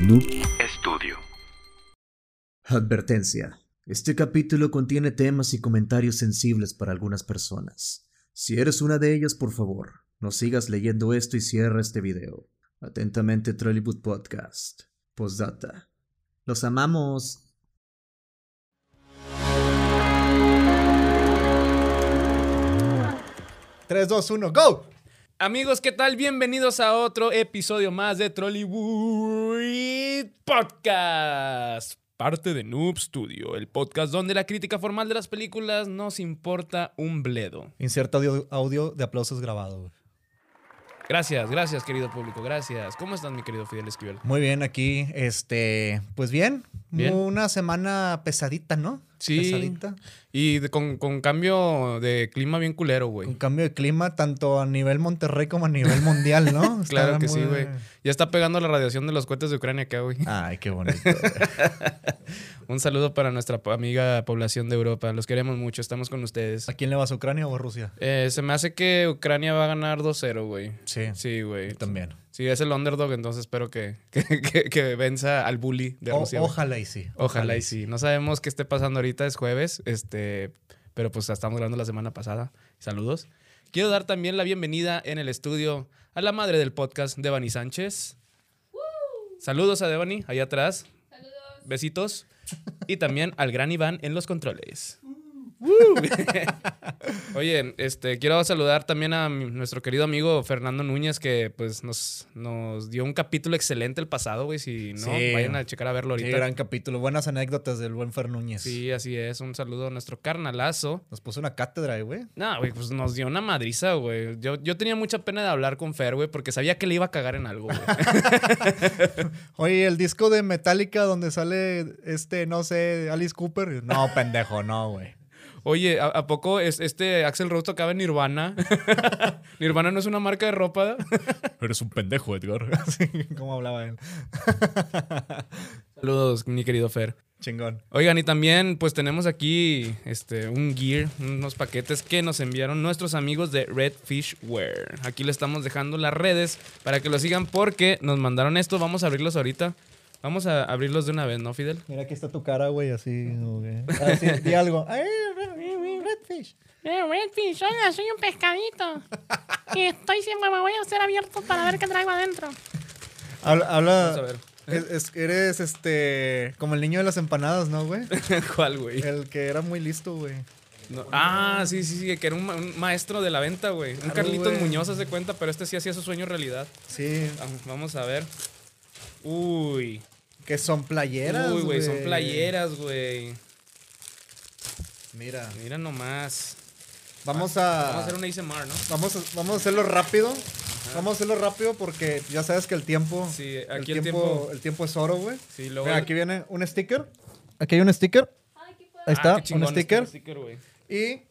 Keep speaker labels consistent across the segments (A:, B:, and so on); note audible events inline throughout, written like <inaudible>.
A: Noob
B: Estudio.
C: Advertencia. Este capítulo contiene temas y comentarios sensibles para algunas personas. Si eres una de ellas, por favor, no sigas leyendo esto y cierra este video. Atentamente, Trollywood Podcast. Postdata. Los amamos.
D: Amigos, ¿qué tal? Bienvenidos a otro episodio más de Trollywood Podcast, parte de Noob Studio, el podcast donde la crítica formal de las películas nos importa un bledo.
E: Inserta audio, audio de aplausos grabado. güey.
D: Gracias, gracias, querido público, gracias. ¿Cómo estás, mi querido Fidel Esquivel?
E: Muy bien, aquí, este, pues bien,
D: Bien.
E: una semana pesadita, ¿no?
D: Sí.
E: Pesadita.
D: Y de- con, con cambio de clima bien culero, güey.
E: Con cambio de clima tanto a nivel Monterrey como a nivel mundial, <laughs> ¿no? Está
D: Claro que
E: muy-
D: sí, güey. Ya está pegando la radiación de los cohetes de Ucrania acá, güey.
E: Ay, qué bonito. güey.
D: <laughs> Un saludo para nuestra amiga población de Europa. Los queremos mucho, estamos con ustedes.
E: ¿A quién le vas, Ucrania o a Rusia?
D: Eh, se me hace que Ucrania va a ganar 2-0, güey.
E: Sí,
D: Sí, güey.
E: yo también.
D: Sí, es el underdog, entonces espero que, <laughs> que, que- que venza al bully de
E: O-
D: Rusia. güey. Ojalá.
E: ojalá y sí.
D: y sí. No sabemos qué esté pasando ahorita, es jueves, este, pero pues estamos hablando la semana pasada. Saludos. Quiero dar también la bienvenida en el estudio a la madre del podcast, Devani Sánchez. Saludos a Devani, allá atrás. Saludos. Besitos. Y también al gran Iván en los controles. <laughs> Oye, este, quiero saludar también a mi- nuestro querido amigo Fernando Núñez, que pues nos, nos dio un capítulo excelente el pasado, güey. Si no,
E: Sí.
D: vayan a checar a verlo
E: Qué
D: ahorita.
E: gran capítulo. Buenas anécdotas del buen Fer Núñez.
D: Sí, así es. Un saludo a nuestro carnalazo.
E: Nos puso una cátedra, eh, güey.
D: No, güey, pues nos dio una madriza, güey. Yo, yo tenía mucha pena de hablar con Fer, güey, porque sabía que le iba a cagar en algo, güey.
E: Oye, el disco de Metallica donde sale este, no sé, Alice Cooper. <laughs> No, pendejo, no, güey.
D: Oye, ¿a, a poco es- este Axel Rose tocaba en Nirvana? <laughs> Nirvana no es una marca de ropa. <laughs>
E: Eres un pendejo, <laughs> Edgar. ¿Cómo hablaba él?
D: Saludos, mi querido Fer.
E: Chingón.
D: Oigan, y también pues tenemos aquí este, un gear, unos paquetes que nos enviaron nuestros amigos de Redfishware. Aquí le estamos dejando las redes para que lo sigan porque nos mandaron esto. Vamos a abrirlos ahorita. Vamos a abrirlos de una vez, ¿no, Fidel?
E: Mira, aquí está tu cara, güey, así. güey. Así, di algo. Ay, Redfish.
F: Eh, Redfish, oiga, soy un pescadito. Y estoy siempre, me voy a hacer abierto para ver qué traigo adentro.
E: Habla. habla-
D: Vamos a ver.
E: es- es- eres este. Como el niño de las empanadas, ¿no, güey?
D: <laughs> ¿Cuál, güey?
E: El que era muy listo, güey.
D: No. Ah, sí, sí, sí, que era un, ma- un maestro de la venta, güey. Un
E: Claro,
D: Carlitos
E: güey.
D: Muñoz hace cuenta, pero este sí hacía su sueño realidad.
E: Sí.
D: Ah, Vamos a ver. Uy.
E: Que son playeras.
D: Uy, güey, son playeras, güey.
E: Mira.
D: Mira nomás.
E: Vamos a.
D: Vamos a hacer un ASMR, ¿no?
E: Vamos a, vamos a hacerlo rápido. Vamos a hacerlo rápido porque ya sabes que el tiempo.
D: Sí, aquí el tiempo-
E: el tiempo es oro, güey.
D: Sí, luego-
E: Mira, aquí viene un sticker. Aquí hay un sticker. Ahí está,
D: qué chingón
E: un
D: este
E: sticker.
D: güey.
E: Y.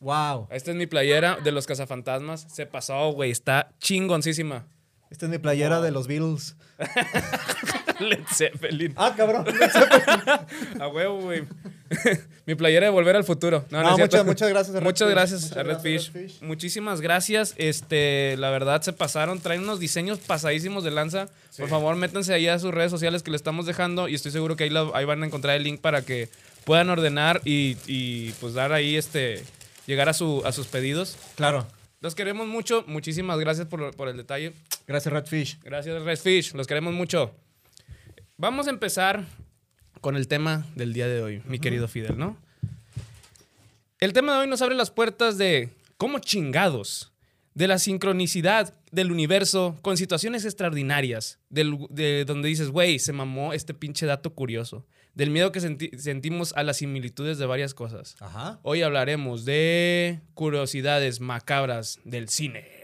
E: ¡Wow!
D: Esta es mi playera de los cazafantasmas. Se pasó, güey. Está chingoncísima. <laughs>
E: Esta es mi playera de los Beatles.
D: Led Zeppelin.
E: ¡Ah, cabrón!
D: A huevo, güey. <laughs> mi playera de Volver al Futuro. No, no,
E: No,
D: es cierto.
E: muchas- muchas gracias a Red
D: muchas
E: Fish.
D: gracias
E: Muchas
D: a Red
E: gracias a
D: Fish.
E: Red Fish.
D: Muchísimas gracias. Este, la verdad, se pasaron. Traen unos diseños pasadísimos de lanza. Por favor, métanse ahí a sus redes sociales que le estamos dejando y estoy seguro que ahí, la- ahí van a encontrar el link para que puedan ordenar y, y, pues dar ahí este... Llegar a, su, a sus pedidos.
E: claro.
D: Los queremos mucho. Muchísimas gracias por, por el detalle.
E: <laughs> Gracias, Redfish.
D: Gracias, Redfish. Los queremos mucho. Vamos a empezar con el tema del día de hoy, mi querido Fidel, ¿no? El tema de hoy nos abre las puertas de cómo chingados, de la sincronicidad del universo con situaciones extraordinarias, del- de donde dices, güey, se mamó este pinche dato curioso, del miedo que senti- sentimos a las similitudes de varias cosas.
E: Ajá.
D: Hoy hablaremos de curiosidades macabras del cine.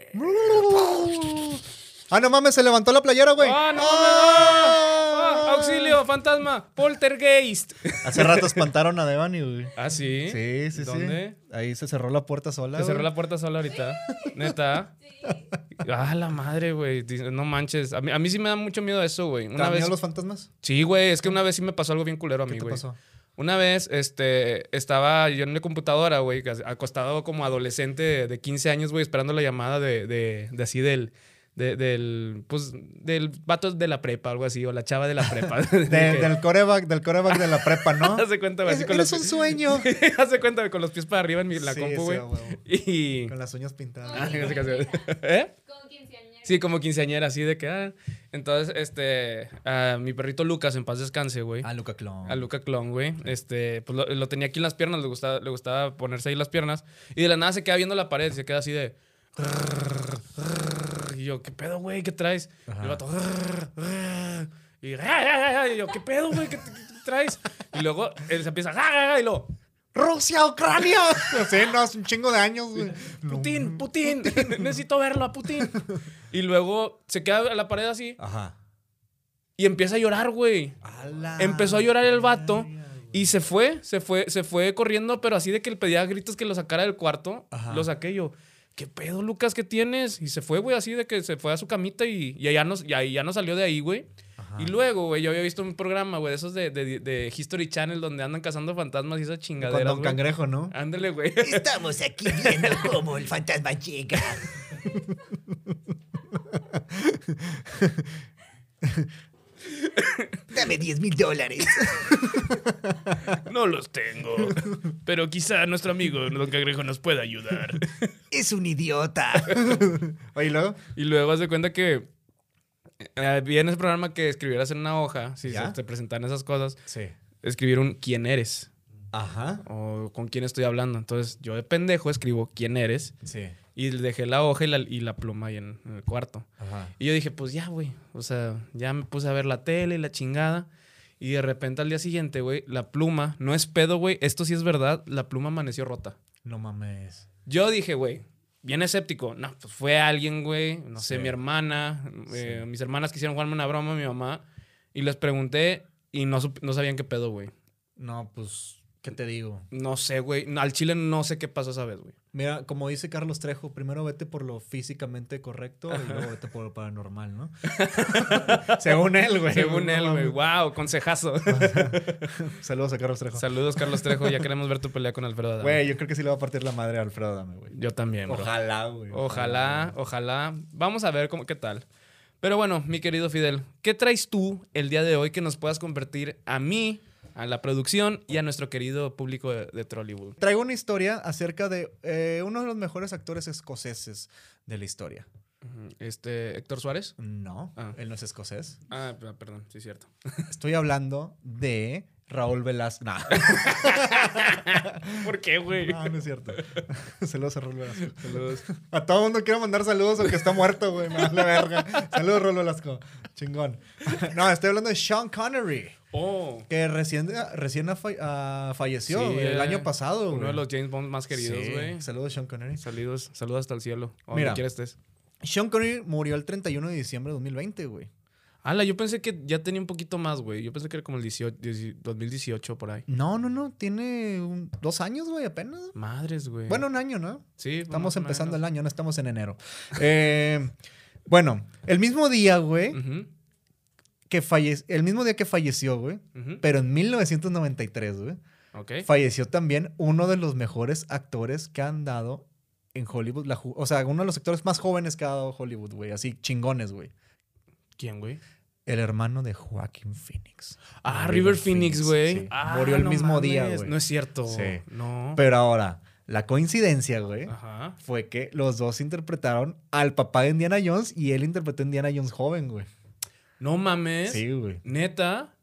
E: Ah, no mames, se levantó la playera, güey.
D: ¡Ah, no, mames!
E: ¡Ah!
D: ¡Ah! ¡Auxilio! ¡Fantasma! ¡Poltergeist!
E: Hace rato espantaron a Devani, güey.
D: <laughs> ¿Ah, sí?
E: Sí, sí,
D: ¿Dónde?
E: sí. Ahí se cerró la puerta sola.
D: Se cerró
E: güey.
D: la puerta sola
E: <laughs>
D: ahorita. ¿Neta? Ah, la madre, güey. Dice, No manches. A mí, a mí sí me da mucho miedo eso, güey.
E: ¿Te
D: Una
E: dan
D: vez.
E: miedo los fantasmas?
D: Sí, güey. Es que una vez sí me pasó algo bien culero a
E: ¿Qué
D: mí,
E: te
D: güey.
E: pasó?
D: <laughs> Una vez, este, estaba yo en la computadora, güey, ac- acostado como adolescente de 15 años, güey, esperando la llamada de, de, de así del, de- del, pues, del vato de la prepa, algo así, o la chava de la prepa.
E: <laughs> De-
D: <laughs> Que-
E: Del coreback, del coreback de la prepa, ¿no?
D: <laughs> Hace cuenta, güey,
E: Es,
D: así con
E: eres
D: los,
E: un
D: <laughs>
E: sueño.
D: hace cuenta güey, con los pies para arriba en mi, la
E: Sí,
D: compu,
E: sí,
D: güey.
E: a huevo.
D: y...
E: Con las uñas pintadas.
D: <laughs> Ah,
A: <laughs>
D: casi, casi.
A: Quinceañera.
D: ¿Eh?
A: Como quinceañera.
D: Sí, como quinceañera, así de que... ah. Entonces, este... a mi perrito Lucas, en paz descanse, güey.
E: Ah, Luca Clon.
D: A Luca Clon, güey. Este, pues lo, lo tenía aquí en las piernas, le gustaba, le gustaba ponerse ahí las piernas. Y de la nada se queda viendo la pared, se queda así de. Y yo, ¿qué pedo, güey? ¿Qué traes? Y el vato. Y, y yo, ¿qué pedo, güey? ¿Qué, qué traes? Y luego él se empieza. "Ah, Y lo.
E: ¡Rusia, Ucrania! <laughs> sí, no, hace un chingo de años, güey. No.
D: Putin, Putin, <laughs> necesito verlo a Putin. Y luego se queda a la pared así
E: Ajá.
D: y empieza a llorar, güey.
E: Ala.
D: Empezó a llorar el vato y se fue, se fue, se fue corriendo, pero así de que le pedía a gritos que lo sacara del cuarto.
E: Ajá.
D: Lo saqué yo. ¿Qué pedo, Lucas, qué tienes? Y se fue, güey, así de que se fue a su camita y, y allá nos, y ahí ya no salió de ahí, güey.
E: Ajá.
D: Y luego, güey, yo había visto un programa, güey, de esos de, de- de History Channel donde andan cazando fantasmas y esas
E: Con
D: chingaderas.
E: Don
D: güey.
E: Cangrejo, ¿no?
D: Ándale, güey.
B: Estamos aquí
D: <laughs>
B: viendo cómo el fantasma llega. Dame 10 mil dólares.
D: No los tengo. Pero quizá nuestro amigo Don Cangrejo nos pueda ayudar.
B: Es un idiota.
E: <laughs> Oye, ¿y luego.
D: Y luego haz de cuenta que eh, vi en ese programa que escribieras en una hoja, si
E: ¿Ya?
D: se te presentan esas cosas,
E: Sí.
D: escribir un quién eres
E: Ajá.
D: o con quién estoy hablando. Entonces yo de pendejo escribo quién eres
E: Sí.
D: y dejé la hoja y la, y la pluma ahí en, en el cuarto.
E: Ajá.
D: Y yo dije, pues ya, güey. O sea, ya me puse a ver la tele y la chingada. Y de repente al día siguiente, güey, la pluma, no es pedo, güey, esto sí es verdad, la pluma amaneció rota.
E: No mames.
D: Yo dije, güey, bien escéptico. No, pues fue alguien, güey. No sé,
E: Sí.
D: mi hermana, eh, mis hermanas quisieron jugarme una broma, mi mamá. Y les pregunté y no, sup- no sabían qué pedo, güey.
E: No, pues, ¿qué te digo?
D: No sé, güey. No, Al chile no sé qué pasó esa vez, güey.
E: Mira, como dice Carlos Trejo, primero vete por lo físicamente correcto y luego vete por lo paranormal,
D: <laughs>
E: ¿no? Según él, güey.
D: Según
E: No
D: él, güey.
E: mames.
D: Wow, consejazo.
E: Saludos a Carlos Trejo.
D: Saludos, Carlos Trejo.
E: <laughs>
D: Ya queremos ver tu pelea con Alfredo Adame.
E: Güey, yo creo que sí le va a partir la madre a Alfredo Dame, güey.
D: Yo también, bro.
E: Ojalá, güey.
D: Ojalá, ojalá. Vamos a ver cómo, qué tal. Pero bueno, mi querido Fidel, ¿qué traes tú el día de hoy que nos puedas convertir a mí, a la producción y a nuestro querido público de, de Trollywood?
E: Traigo una historia acerca de eh, uno de los mejores actores escoceses de la historia.
D: Este, Héctor Suárez.
E: No,
D: Ah.
E: él no es escocés.
D: Ah, p- perdón, sí, cierto.
E: Estoy hablando de Raúl Velázquez. No,
D: <laughs> ¿Por qué, güey?
E: Ah, no, no es cierto. <laughs> Saludos a Raúl Velázquez. Saludos. A todo mundo quiero mandar saludos aunque está muerto, güey. Me vale verga. Saludos, Raúl Velasco. Chingón. No, estoy hablando de Sean Connery,
D: Oh,
E: que recién, recién ha fa- ah, falleció
D: Sí,
E: güey, el
D: eh,
E: año pasado.
D: uno
E: güey.
D: de los James Bond más queridos,
E: Sí,
D: güey.
E: Saludos, Sean Connery.
D: Saludos, saludos hasta el cielo. O
E: Mira.
D: donde quiera estés.
E: Sean Connery murió el 31 de diciembre de 2020, güey.
D: Ala, yo pensé que ya tenía un poquito más, güey. Yo pensé que era como el 18, 18 2018 por ahí.
E: No, no, no. Tiene un- dos años, güey, apenas.
D: Madres, güey.
E: Bueno, un año, ¿no?
D: sí, pues
E: Estamos empezando el año, no estamos en enero. Eh, bueno, el mismo día, güey, que falle- el mismo día que falleció, güey, pero en 1993, güey,
D: Ok.
E: falleció también uno de los mejores actores que han dado en Hollywood, la ju- o sea, uno de los actores más jóvenes que ha dado Hollywood, güey, así chingones, güey.
D: ¿Quién, güey?
E: El hermano de Joaquín Phoenix.
D: Ah, River
E: River
D: Phoenix,
E: Phoenix,
D: güey.
E: sí.
D: Ah,
E: Murió el mismo día,
D: mames,
E: güey.
D: No es cierto.
E: Sí.
D: No.
E: Pero ahora, la coincidencia, güey,
D: Ajá.
E: fue que los dos interpretaron al papá de Indiana Jones y él interpretó a Indiana Jones joven, güey.
D: No mames.
E: Sí, güey.
D: Neta.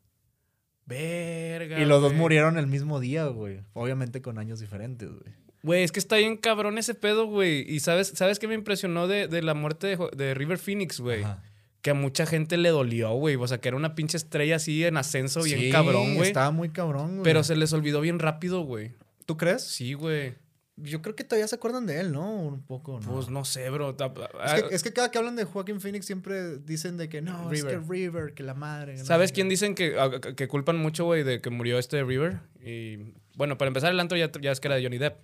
D: Verga.
E: Y los dos
D: güey.
E: murieron el mismo día, güey. Obviamente con años diferentes, güey.
D: Güey, es que está bien cabrón ese pedo, güey. Y sabes, ¿sabes qué me impresionó de, de la muerte de, Jo- de River Phoenix, güey?
E: Ajá.
D: Que a mucha gente le dolió, güey. O sea, que era una pinche estrella así en ascenso, bien
E: Sí,
D: cabrón, güey.
E: Estaba muy cabrón, güey.
D: Pero se les olvidó bien rápido, güey.
E: ¿Tú crees?
D: Sí, güey.
E: Yo creo que todavía se acuerdan de él, ¿no? Un poco, ¿no?
D: Pues no sé, bro. Ta- ah,
E: es, que, es que cada que hablan de Joaquín Phoenix siempre dicen de que no,
D: River.
E: es que River, que la madre. que
D: ¿Sabes
E: no sé
D: quién
E: qué.
D: dicen que, a- que- que culpan mucho, güey, de que murió este River? Y bueno, para empezar, el antro ya, ya es que era de Johnny Depp.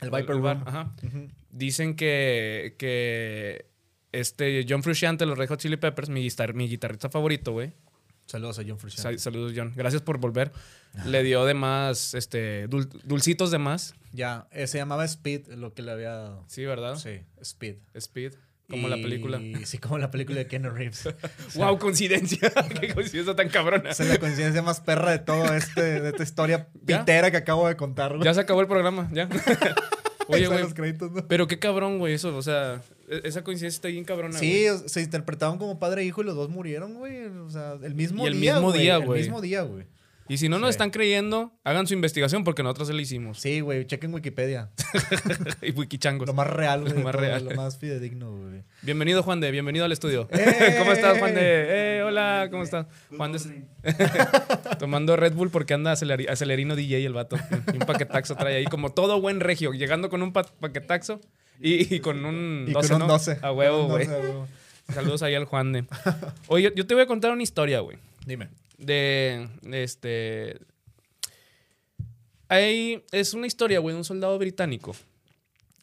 E: El Viper
D: bar,
E: Room.
D: Ajá.
E: Ujú.
D: Dicen que, que este John Frusciante, los Red Hot Chili Peppers, mi, guitar- mi guitarrista favorito, güey.
E: Saludos a John Frusciante.
D: Sa- Saludos, John. Gracias por volver. Le dio de más, este, dul- dulcitos de más.
E: Ya, eh, se llamaba Speed, lo que le había dado.
D: Sí, ¿verdad?
E: Sí, Speed.
D: Speed. Como la
E: Y-
D: película.
E: <laughs> Sí, como la película de Keanu Reeves.
D: <laughs>
E: O sea,
D: ¡Wow! Coincidencia. <laughs> ¡Qué coincidencia tan cabrona! <laughs>
E: Esa es la conciencia más perra de todo este, de esta historia
D: ¿Ya?
E: pitera que acabo de contar, güey.
D: Ya se acabó el programa,
E: <laughs>
D: ya.
E: Ahí
D: Oye,
E: <laughs> están
D: güey.
E: los créditos, ¿no?
D: Pero qué cabrón, güey, eso. O sea, e- esa coincidencia está bien cabrona.
E: Sí,
D: güey.
E: o- se interpretaban como padre e hijo y los dos murieron, güey. O sea, el mismo
D: Y el
E: día.
D: mismo día,
E: El
D: güey.
E: mismo día, güey.
D: Y si no nos
E: Sí.
D: están creyendo, hagan su investigación porque nosotros se la
E: <laughs>
D: hicimos. <laughs>
E: Sí, güey, chequen Wikipedia.
D: y wikichangos.
E: Lo más real,
D: <laughs>
E: güey.
D: Lo
E: de
D: más
E: todo,
D: real. Mm.
E: Lo más fidedigno, güey.
D: Bienvenido, Juan de. Bienvenido al estudio.
E: ¡Eh!
D: <laughs> ¿Cómo estás, Juan de? Eh, hola, ¿cómo estás? Juan de. <laughs> Tomando Red Bull porque anda aceleri- acelerino DJ el vato. Y un paquetaxo trae ahí, como todo buen regio, llegando con un pa- paquetaxo y, y con un
E: Y
D: 12,
E: con un
D: ¿no?
E: 12.
D: A huevo,
E: Con un
D: güey.
E: 12, a huevo.
D: Saludos ahí al Juan de. Oye, yo- yo te voy a contar una historia, güey.
E: Dime.
D: De. Este. Hay. Es una historia, güey, de un soldado británico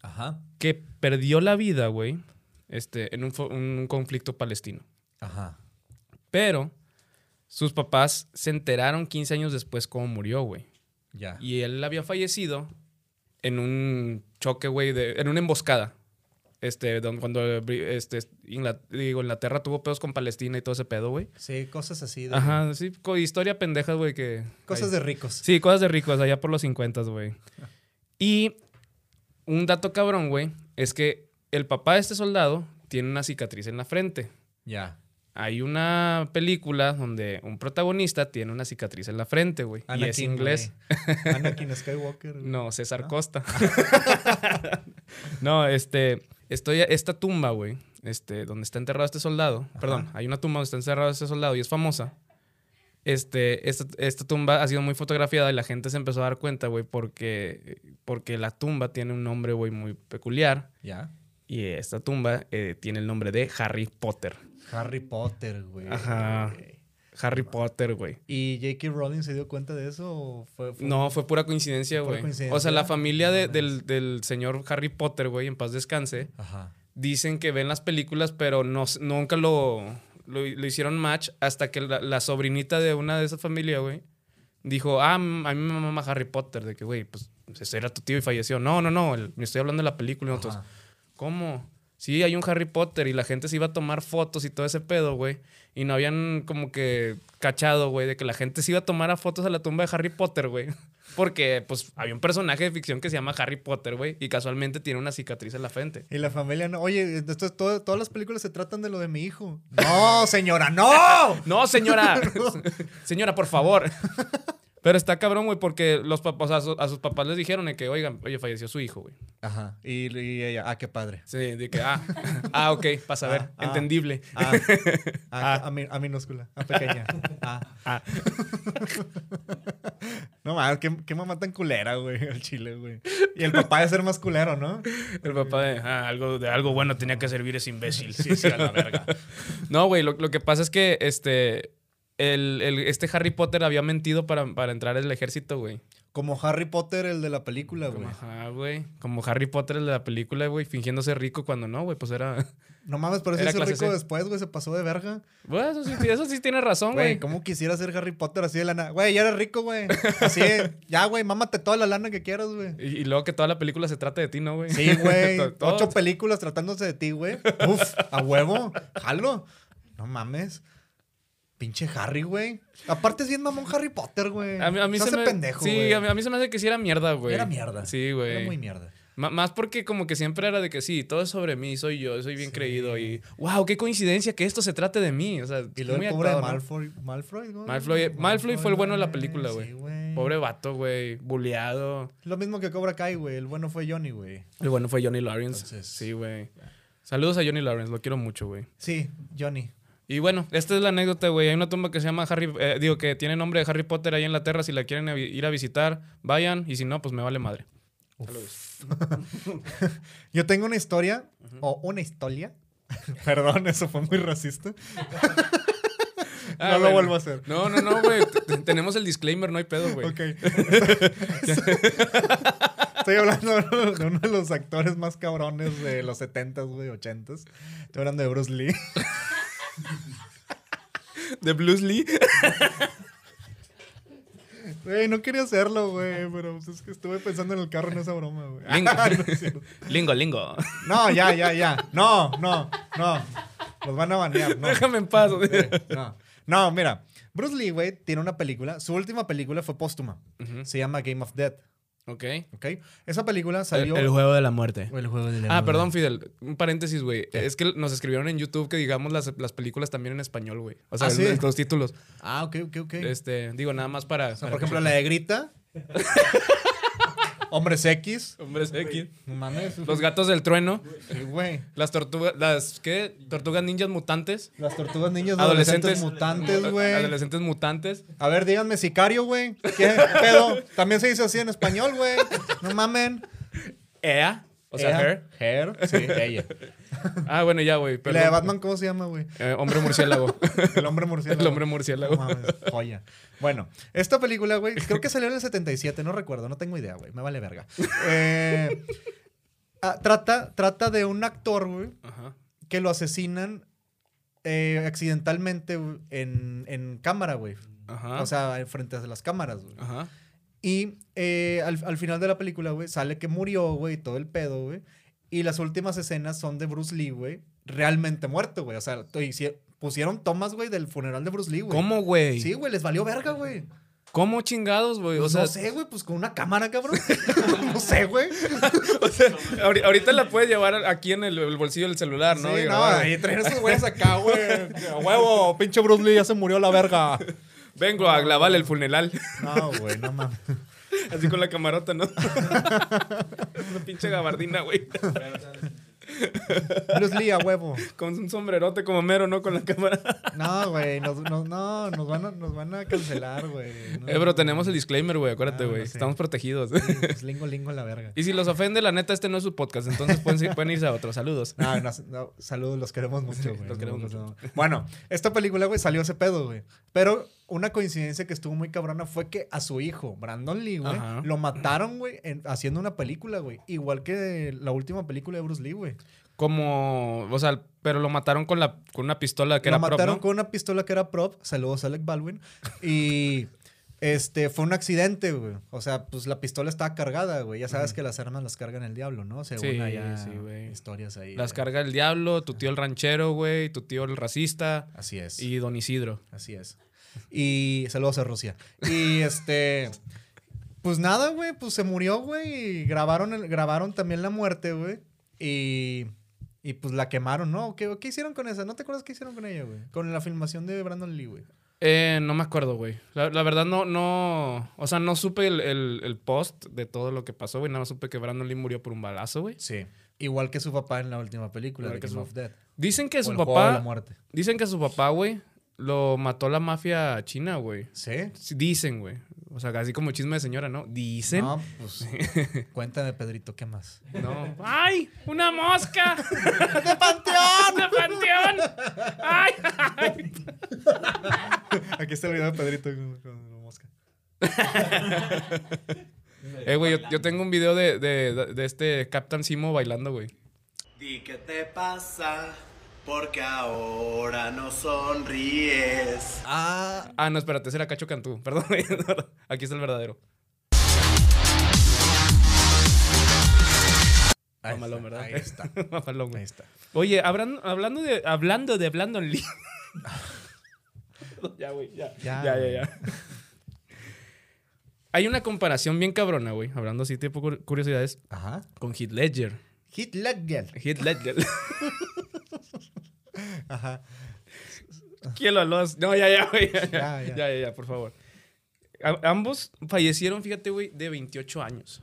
E: Ajá.
D: que perdió la vida, güey. Este, en un, fo- un conflicto palestino.
E: Ajá.
D: Pero sus papás se enteraron 15 años después cómo murió, güey.
E: Ya.
D: Y él había fallecido en un choque, güey, de- en una emboscada. Este, don- cuando eh, bri- este, Ingla- digo, Inglaterra tuvo pedos con Palestina y todo ese pedo, güey.
E: Sí, cosas así. De,
D: Ajá, sí, co- historia pendeja, güey, que...
E: Cosas
D: Ay.
E: de ricos.
D: Sí, cosas de ricos, allá por los 50, güey.
E: <laughs>
D: Y un dato cabrón, güey, es que el papá de este soldado tiene una cicatriz en la frente.
E: Ya.
D: Hay una película donde un protagonista tiene una cicatriz en la frente, güey. Y es
E: Anakin,
D: inglés.
E: güey. Anakin Skywalker.
D: <laughs>
E: güey.
D: No, César
E: Mm, ¿No?
D: Costa.
E: <laughs>
D: no, este, estoy esta tumba, güey, este, donde está enterrado este soldado. Perdón, hay una tumba donde está enterrado este soldado y es famosa. Este, esta, esta tumba ha sido muy fotografiada y la gente se empezó a dar cuenta, güey, porque, porque la tumba tiene un nombre, güey, muy peculiar.
E: Ya.
D: Y esta tumba eh, tiene el nombre de Harry Potter.
E: Harry Potter, güey.
D: Ajá.
E: Ok.
D: Harry Potter, güey.
E: ¿Y J.K. Rowling se dio cuenta de eso? o fue, fue-
D: No, fue pura coincidencia,
E: Pura
D: güey.
E: coincidencia.
D: O sea, la familia de-
E: No
D: del, del señor Harry Potter, güey, en paz descanse,
E: Ajá.
D: dicen que ven las películas, pero no, s- nunca lo, lo, lo hicieron match hasta que la, la sobrinita de una de esas familias, güey, dijo, ah, m- a mí me mama Harry Potter, de que, güey, pues ese era tu tío y falleció. No, no, no, el- me estoy hablando de la película. Y nosotros,
E: Ajá.
D: ¿cómo? Sí, hay un Harry Potter y la gente se iba a tomar fotos y todo ese pedo, güey. Y no habían como que cachado, güey, de que la gente se iba a tomar a fotos a la tumba de Harry Potter, güey. <laughs> Porque, pues, había un personaje de ficción que se llama Harry Potter, güey. Y casualmente tiene una cicatriz en la frente.
E: Y la familia no. Oye, esto es todo- todas las películas se tratan de lo de mi hijo. ¡No, señora, no!
D: No, <laughs> señora. señora, por favor. Pero está cabrón, güey, porque los papás, a, su- a sus papás les dijeron de que, oigan, oye, falleció su hijo, güey.
E: Ajá. Y, y ella, ah, qué padre.
D: Sí, de que, ah, <laughs> ah, ok, pasa a ver,
E: Ah, ah.
D: entendible.
E: Ah, ah, A, mi- a minúscula, a
D: <laughs>
E: pequeña. Ah. <laughs> No mames, qué, qué mamá tan culera, güey, el chile, güey. Y el papá de ser más culero, ¿no?
D: El papá de, ah, algo, de algo bueno tenía que servir ese imbécil. Sí, sí, a la verga. No, güey, lo, lo que pasa es que este, el, el- este Harry Potter había mentido para, para entrar al ejército, güey.
E: Como Harry Potter, el de la película,
D: Como,
E: güey.
D: ajá, güey. Como Harry Potter el de la película, güey, fingiéndose rico cuando no, güey, pues era...
E: No mames, pero ese
D: Era
E: es
D: clase
E: rico
D: C.
E: después, güey, se pasó de verga.
D: Bueno, eso sí, eso sí tiene razón,
E: Güey,
D: güey.
E: ¿cómo quisiera ser Harry Potter así de lana? Güey, ya eres rico, güey.
D: <laughs>
E: Así, ya, güey, mámate toda la lana que quieras, güey.
D: Y, y luego que toda la película se trata de ti, ¿no, güey?
E: Sí, <laughs> güey.
D: <laughs> To- todo-
E: Ocho películas tratándose de ti, güey. Uf, a huevo. Jalo. No mames. Pinche Harry, güey. Aparte es bien mamón Harry Potter, güey.
D: a mí, a mí
E: no
D: se
E: hace
D: me,
E: pendejo,
D: Sí,
E: güey.
D: a mí, a mí se me hace que sí era mierda, güey.
E: Era mierda.
D: Sí,
E: Era muy
D: güey.
E: mierda.
D: Ma- Más porque como que siempre era de que sí, todo es sobre mí, soy yo, soy bien creído y... ¡Wow! ¡Qué coincidencia que esto se trate de mí! O sea,
E: Y luego
D: muy
E: el pobre de
D: actuado, ¿no?
E: Malfoy. Malfoy, güey.
D: Malfoy- Malfoy fue el bueno de la película, güey.
E: Sí, güey.
D: Pobre vato, güey. Buleado.
E: Lo mismo que Cobra Kai, güey. El bueno fue Johnny, güey.
D: Y bueno, fue Johnny Lawrence.
E: Entonces-
D: sí, güey. Saludos a Johnny Lawrence, lo quiero mucho, güey.
E: Sí, Johnny.
D: Y bueno, esta es la anécdota, güey. Hay una tumba que se llama Harry, eh, digo, que tiene nombre de Harry Potter ahí en la tierra. Si la quieren avi- ir a visitar, vayan. Y si no, pues me vale madre.
E: Yo tengo una historia, o una historia. <laughs> Perdón, eso fue muy racista.
D: Ah,
E: no lo
D: bueno.
E: vuelvo a hacer.
D: No, no, no, güey. T- t- Tenemos el disclaimer, no hay pedo, güey.
E: Ok.
D: <laughs>
E: <laughs> Estoy hablando de uno de los actores más cabrones de los 70s, güey, 80s. Estoy hablando de Bruce Lee. <laughs> <laughs>
D: De Blues Lee.
E: Güey, no quería hacerlo, güey, pero pues, es que estuve pensando en el carro en esa broma, güey.
D: Lingo.
E: Ah, No es cierto.
D: lingo, lingo.
E: <laughs> no, ya, ya, ya. No, no, no. Los van a banear, no.
D: Déjame en paz.
E: Eh, No. No, mira. Bruce Lee, güey, tiene una película. Su última película fue póstuma. Se llama Game of Death.
D: ok.
E: ¿Ok? Esa película
D: El,
E: salió.
D: el juego de la muerte.
E: El juego de la-
D: Ah, perdón, Fidel. Un paréntesis, güey. Es que nos escribieron en YouTube que digamos las, las películas también en español, güey. O sea,
E: Ah, ¿sí?
D: el- los títulos.
E: Ah, ok, ok, ok.
D: Este, digo, nada más para.
E: O sea, Ah, por ejemplo,
D: <laughs>
E: la de Grita. Hombres X.
D: Hombres X.
E: No mames.
D: Los gatos del trueno.
E: Sí, güey.
D: Las tortugas. Las, ¿Qué? Tortugas ninjas mutantes.
E: Las tortugas niños adolescentes,
D: Adolescentes.
E: mutantes, güey.
D: Adolescentes mutantes.
E: A ver, díganme sicario, güey. ¿Qué pedo? También se dice así en español, güey. No mamen.
D: Ea. O sea,
E: Ella.
D: her.
E: Her. Sí, ella.
D: Ah, bueno, ya, güey.
E: ¿Y la de
D: perdón.
E: Batman cómo se llama, güey?
D: Eh, hombre
E: <laughs>
D: murciélago.
E: El hombre murciélago.
D: El hombre murciélago.
E: No mames, joya. Bueno, esta película, güey, creo que salió en el 77, no recuerdo, no tengo idea, güey. Me vale verga. Eh, ah, trata, trata de un actor, güey,
D: Ajá.
E: que lo asesinan eh, accidentalmente güey, en, en cámara, güey.
D: Ajá.
E: O sea, frente a las cámaras, güey.
D: Ajá.
E: Y eh, al, al final de la película, güey, sale que murió, güey, y todo el pedo, güey. Y las últimas escenas son de Bruce Lee, güey, realmente muerto, güey. O sea, to- hici- pusieron tomas, güey, del funeral de Bruce Lee, güey.
D: ¿Cómo, güey?
E: Sí, güey, les valió verga, güey.
D: ¿Cómo chingados, güey? O
E: Pues
D: sea, <laughs>
E: no sé, güey, pues con una cámara, cabrón. <laughs> no sé, güey.
D: o sea, ahori- ahorita la puedes llevar aquí en el, el bolsillo del celular, ¿no?
E: Sí,
D: Y
E: no,
D: grabar.
E: ahí traer esos güeyes acá, güey. <laughs> A huevo, pinche Bruce Lee ya se murió la verga.
D: Vengo a grabar el funeral. <laughs>
E: No, güey, no mames.
D: Así con la camarota, ¿no? <laughs> Una pinche gabardina, güey.
E: Bruce Lee a huevo.
D: Con un sombrerote como mero, ¿no? Con la cámara.
E: No, güey, nos, nos- no, nos van a, nos van a cancelar, güey.
D: <laughs>
E: No,
D: Eh, bro, tenemos el disclaimer, güey. Acuérdate,
E: Ah,
D: güey.
E: no sé.
D: Estamos protegidos.
E: Pues lingo, lingo la verga.
D: <laughs> y si los ofende, la neta, este no es su podcast. Entonces pueden, se- pueden irse a otro. Saludos.
E: No, no, no, saludos, los queremos mucho, güey.
D: los queremos
E: mucho. Bueno, esta película, güey, salió ese pedo, güey. Pero una coincidencia que estuvo muy cabrona fue que a su hijo, Brandon Lee, güey,
D: Ajá.
E: lo mataron, güey, en- haciendo una película, güey. Igual que la última película de Bruce Lee, güey.
D: Como, o sea, pero lo mataron con, la, con una pistola que
E: Lo
D: era prop,
E: mataron
D: ¿no?
E: con una pistola que era prop. Saludos, Alec Baldwin. Y este fue un accidente, güey. O sea, pues la pistola estaba cargada, güey. Ya sabes que las armas las cargan el diablo, ¿no? Según
D: Sí,
E: haya
D: sí, güey.
E: historias ahí.
D: Las
E: güey.
D: carga el diablo, tu tío el ranchero, güey, tu tío el racista
E: Así es.
D: y don Isidro.
E: Así es. Y saludos a Rusia. Y este. Pues nada, güey. Pues se murió, güey. Y grabaron, el- grabaron también la muerte, güey. Y. Y pues la quemaron, ¿no? ¿Qué, ¿Qué hicieron con esa? ¿No te acuerdas qué hicieron con ella, güey? Con la filmación de Brandon Lee, güey.
D: Eh, no me acuerdo, güey. La, la verdad no, no, o sea, no supe el, el- el post de todo lo que pasó, güey. Nada más supe que Brandon Lee murió por un balazo, güey.
E: Sí. Igual que su papá en la última película,
D: Igual
E: de
D: que
E: Game
D: su-
E: of Death.
D: Dicen que
E: O
D: su
E: el juego de la
D: papá,
E: muerte.
D: dicen que su papá, güey, lo mató la mafia china, güey.
E: ¿Sí?
D: Sí, Dicen, güey. O sea, así como chisme de señora, ¿no? Dicen.
E: No, pues. <laughs> cuéntame, Pedrito,
D: <laughs>
E: ¿qué más?
D: No. ¡Ay! ¡Una mosca!
E: <laughs> ¡De Panteón!
D: ¡De panteón! ¡Ay! ay!
E: Aquí está el video de Pedrito con, con la mosca.
D: Eh, güey, yo, yo tengo un video de, de- de este Captain Simo bailando, güey.
A: Di qué te pasa, porque ahora no sonríes.
E: Ah.
D: Ah, no, espérate, ese era Cacho Cantú. <laughs> Perdón, güey. aquí está el verdadero. <laughs>
E: Ahí
D: Mamalón,
E: está,
D: ¿verdad?
E: Ahí
D: <laughs>
E: está.
D: Mamalón, güey.
E: Ahí está.
D: Oye, hablan- hablando de hablando de Brandon Lee. ya, güey, ya. Ya,
E: Ya,
D: ya,
E: güey.
D: ya. Hay una comparación bien cabrona, güey. Hablando así, tipo cur- curiosidades,
E: Ajá.
D: con Heath Ledger.
E: Hitler.
D: Heath Ledger.
E: Ajá.
D: Quiero a los. No, ya, ya, güey. Ya,
E: Ya,
D: ya,
E: ya.
D: ya, ya, ya, por favor. A- ambos fallecieron, fíjate, güey, de 28 años.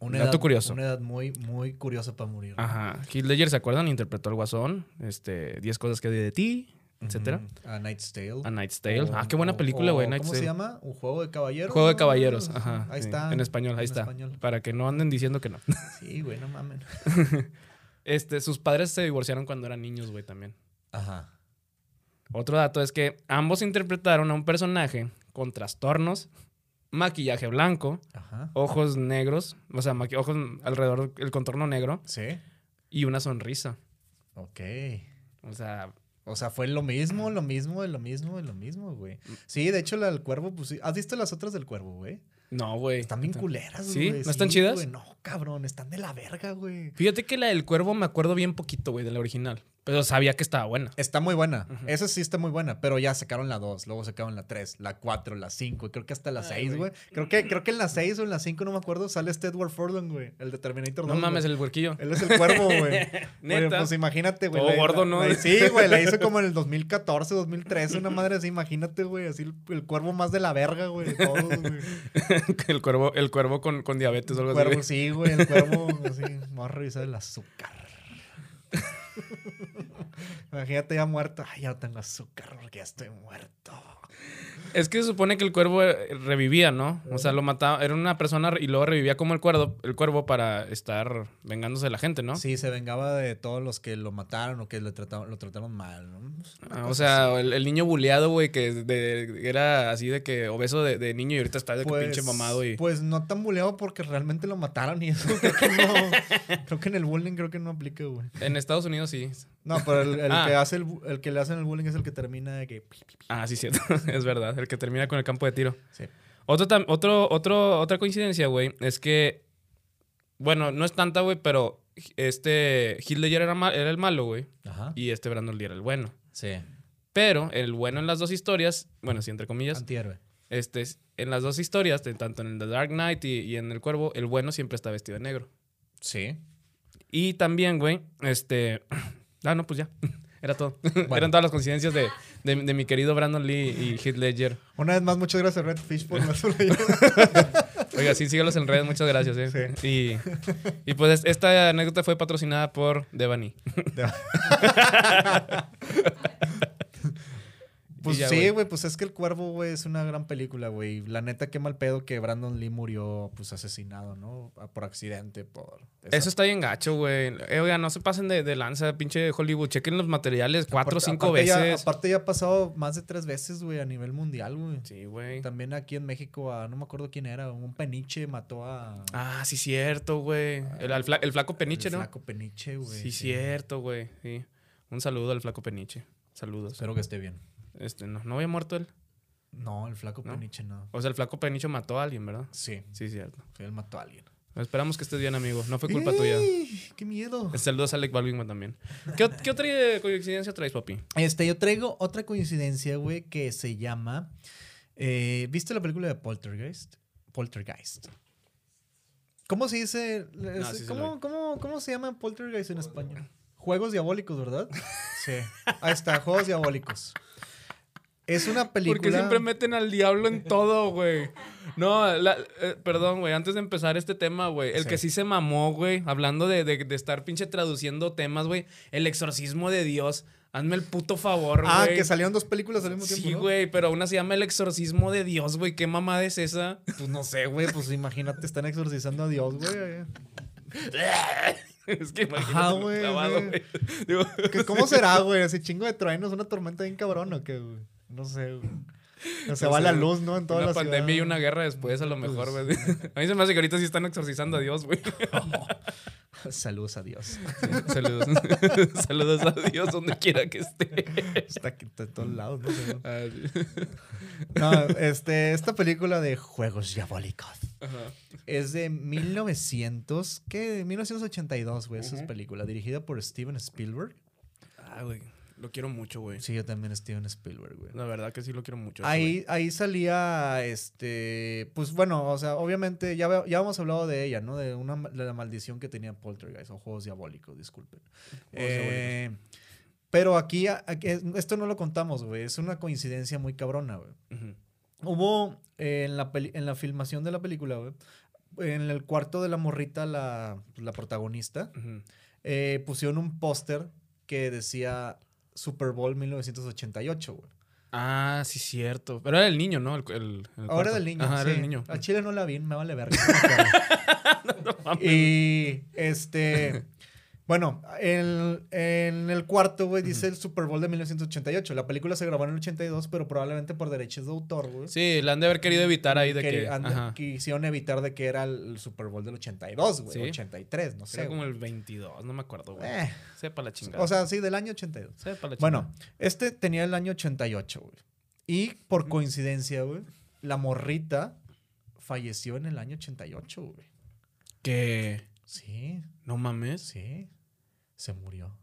E: Una
D: Dato curioso. Ah,
E: Una edad muy, muy curiosa para morir.
D: Ajá. Heath Ledger, ¿se acuerdan? Interpretó al Guasón, este, 10 cosas que odio de ti, etcétera.
E: Ujú. A Night's Tale.
D: A Night's Tale.
E: O-
D: ah, qué buena
E: o-
D: película,
E: o-
D: güey, Night's
E: Oh, ¿Cómo
D: Tale.
E: se llama? ¿Un juego de caballeros?
D: Juego de
E: ¿no?
D: caballeros, ajá.
E: Ahí
D: sí,
E: está.
D: En español, ahí
E: En
D: está.
E: español.
D: Para que no anden diciendo que no. <laughs>
E: Sí, güey, no mames.
D: Este, sus padres se divorciaron cuando eran niños, güey, también.
E: Ajá.
D: Otro dato es que ambos interpretaron a un personaje con trastornos, maquillaje blanco,
E: Ajá.
D: ojos negros, o sea, maqui- ojos alrededor del contorno negro
E: Sí.
D: y una sonrisa.
E: Ok.
D: O sea,
E: O sea, fue lo mismo, lo mismo, lo mismo, lo mismo, güey. Sí, de hecho, la del cuervo, pues sí. ¿Has visto las otras del cuervo, güey?
D: No, güey.
E: Están bien culeras,
D: ¿Sí?
E: güey.
D: ¿No están chidas?
E: güey, no, cabrón, están de la verga, güey.
D: Fíjate que la del cuervo me acuerdo bien poquito, güey, de la original. Pero sabía que estaba buena.
E: Está muy buena. Esa sí está muy buena, pero ya sacaron la 2, luego sacaron la 3, la 4, la 5, creo que hasta la 6, güey. Creo que, creo que en la 6 o en la 5, no me acuerdo, sale este Edward Furlong, güey. El de Terminator 2.
D: No mames,
E: güey.
D: el
E: <laughs>
D: huerquillo.
E: Él es el
D: <laughs>
E: cuervo, güey.
D: Neta.
E: Güey, Pues imagínate, güey.
D: Todo
E: la-
D: gordo,
E: la-
D: ¿no?
E: la- sí, güey, la hizo como en
D: <laughs>
E: el 2014, 2013, una madre así. Imagínate, güey, así el, el cuervo más de la verga, güey, de todos, güey.
D: <laughs> el cuervo, el cuervo con, con diabetes o algo así.
E: Cuervo,
D: güey.
E: sí, güey, el cuervo así. Vamos a revisar el azúcar.
D: <laughs>
E: Imagínate ya muerto. Ay, ya no tengo azúcar porque ya estoy muerto.
D: Es que se supone que el cuervo eh, revivía, ¿no? O sea, lo mataba. Era una persona y luego revivía como el cuervo, el cuervo para estar vengándose de la gente, ¿no?
E: Sí, se vengaba de todos los que lo mataron o que lo trataron, lo trataron mal. ¿no?
D: Ah, o sea, el, el niño buleado, güey, que de- era así de que obeso de, de niño y ahorita está de que pinche mamado y.
E: Pues no tan buleado porque realmente lo mataron y eso creo
D: <laughs>
E: que no. creo que en el bullying creo que no aplica, güey.
D: En Estados Unidos sí.
E: No, pero el, el
D: Ah.
E: que hace el, bu- el que le hacen el bullying es el que termina de que.
D: Ah, sí, cierto. <laughs> es verdad. El que termina con el campo de tiro.
E: Sí.
D: Otro, tam- otro, otro, otra coincidencia, güey, es que. Bueno, no es tanta, güey, pero este. Hitler era, ma- era el malo, güey.
E: Ajá.
D: Y este Brandon Lee era el bueno.
E: Sí.
D: Pero el bueno en las dos historias, bueno, sí, entre comillas,
E: Antihéroe.
D: este, en las dos historias, de- tanto en The Dark Knight y, y en El Cuervo, el bueno siempre está vestido de negro.
E: Sí.
D: Y también, güey, este. <clears throat> Ah, no, pues ya. <laughs> Era todo.
E: Bueno.
D: Eran todas las coincidencias de, de- de mi querido Brandon Lee y Heath Ledger.
E: Una vez más, muchas gracias,
D: <laughs>
E: Redfish, por la
D: Oiga, sí, síguelos en redes, muchas gracias. ¿eh? Y, y pues es- esta anécdota fue patrocinada por Devani.
E: Pues
D: Y ya,
E: sí,
D: güey.
E: güey, pues es que El Cuervo, güey, es una gran película, güey. La neta, qué mal pedo que Brandon Lee murió, pues, asesinado, ¿no? A- Por accidente, por... esa-
D: Eso está bien gacho, güey. Eh, oiga, no se pasen de, de lanza, pinche Hollywood. Chequen los materiales cuatro o
E: Aparte-
D: cinco
E: aparte ya-
D: veces.
E: aparte ya ha pasado más de tres veces, güey, a nivel mundial, güey.
D: sí, güey.
E: También aquí en México, a, no me acuerdo quién era, un peniche mató a...
D: Ah, sí, cierto, güey. El, al fla- el flaco Peniche,
E: el
D: ¿no?
E: flaco peniche, güey.
D: sí, cierto, güey. Sí. Un saludo al flaco Peniche. Saludos.
E: Espero que esté bien.
D: Este, no, no había muerto él.
E: No, el flaco
D: ¿No?
E: peniche no.
D: O sea, el flaco Peniche mató a alguien, ¿verdad?
E: Sí,
D: Sí, cierto.
E: sí, él mató a alguien.
D: Esperamos que estés bien, amigo. No fue culpa tuya.
E: Ey, ¡Qué miedo!
D: Saludos a Alec Baldwin también. ¿Qué, ot- qué otra eh, coincidencia traes, papi?
E: Este, yo traigo otra coincidencia, güey, que se llama. eh, ¿Viste la película de Poltergeist? Poltergeist. ¿Cómo se dice? Es-
D: sí se lo
E: ¿cómo,
D: vi.
E: cómo, cómo se llama Poltergeist en español? Juegos diabólicos, <laughs> ¿verdad? Sí. Ahí está, Juegos diabólicos. Es una película.
D: Porque siempre meten al diablo en todo, güey. No, la- eh, perdón, güey. Antes de empezar este tema, güey. El
E: Sí.
D: que sí se mamó, güey. Hablando de, de- de estar pinche traduciendo temas, güey. El exorcismo de Dios. Hazme el puto favor, güey.
E: Ah, que salieron dos películas al mismo tiempo.
D: Sí,
E: ¿no?
D: güey, pero aún así llama el exorcismo de Dios, güey. ¿Qué mamada es esa? <laughs>
E: Pues no sé, güey. Pues imagínate, están exorcizando a Dios, güey.
D: es que imagínate
E: Ajá,
D: lo
E: güey,
D: clavado,
E: güey.
D: güey. Digo,
E: ¿Qué- ¿Cómo será, güey? Así chingo de truenos, una tormenta bien cabrón o qué, güey. No sé, güey. O sea,
D: No
E: va
D: sé,
E: la
D: güey.
E: luz, ¿no? En toda
D: una
E: la ciudad.
D: pandemia y una guerra después, a lo mejor,
E: Pues,
D: güey. <laughs> A mí se me hace que ahorita sí están exorcizando a Dios, güey.
E: Saludos a Dios.
D: <laughs> Saludos. Saludos a Dios donde quiera que esté.
E: Está aquí de todos lados, ¿no? Pero- No, este, esta película de Juegos Diabólicos es de 1900, ¿qué? 1982, güey, esa es película, dirigida por Steven Spielberg.
D: Ah, güey. Lo quiero mucho, güey.
E: Sí, yo también Steven Spielberg, güey.
D: La verdad que sí lo quiero mucho.
E: Ahí, ahí salía, este, pues bueno, o sea, obviamente ya, ve- ya hemos hablado de ella, ¿no? De, una, ma- de la maldición que tenía Poltergeist, o Juegos Diabólicos, disculpen. Eh, pero aquí, a- aquí es- esto no lo contamos, güey, es una coincidencia muy cabrona, güey.
D: Ujú.
E: Hubo eh, en, la peli- en la filmación de la película, güey, en el cuarto de la morrita, la, la protagonista,
D: Ujú.
E: eh, pusieron un póster que decía Super Bowl 1988, güey.
D: Ah, sí, cierto. Pero era el niño, ¿no? El, el- el
E: Ahora
D: cuarto.
E: del niño.
D: Ajá,
E: sí. Ah,
D: era el niño.
E: A
D: <laughs>
E: Chile <laughs> no la vi, me vale verga. y este. Bueno, el- en el cuarto, güey, dice el Super Bowl de 1988. La película se grabó en el 82, pero probablemente por derechos de autor, güey.
D: Sí, la han de haber querido evitar ahí de que.
E: que ande-
D: ajá.
E: quisieron evitar de que era el Super Bowl del 82, güey.
D: Sí.
E: 83, no sé.
D: Era como
E: güey.
D: el 22, no me acuerdo, güey.
E: Eh,
D: Sepa la chingada.
E: o sea, sí, del año 82.
D: Sepa la chingada.
E: Bueno, este tenía el año 88, güey. Y por coincidencia, güey, la morrita falleció en el año 88, güey.
D: que.
E: Sí,
D: No mames.
E: sí. Se murió.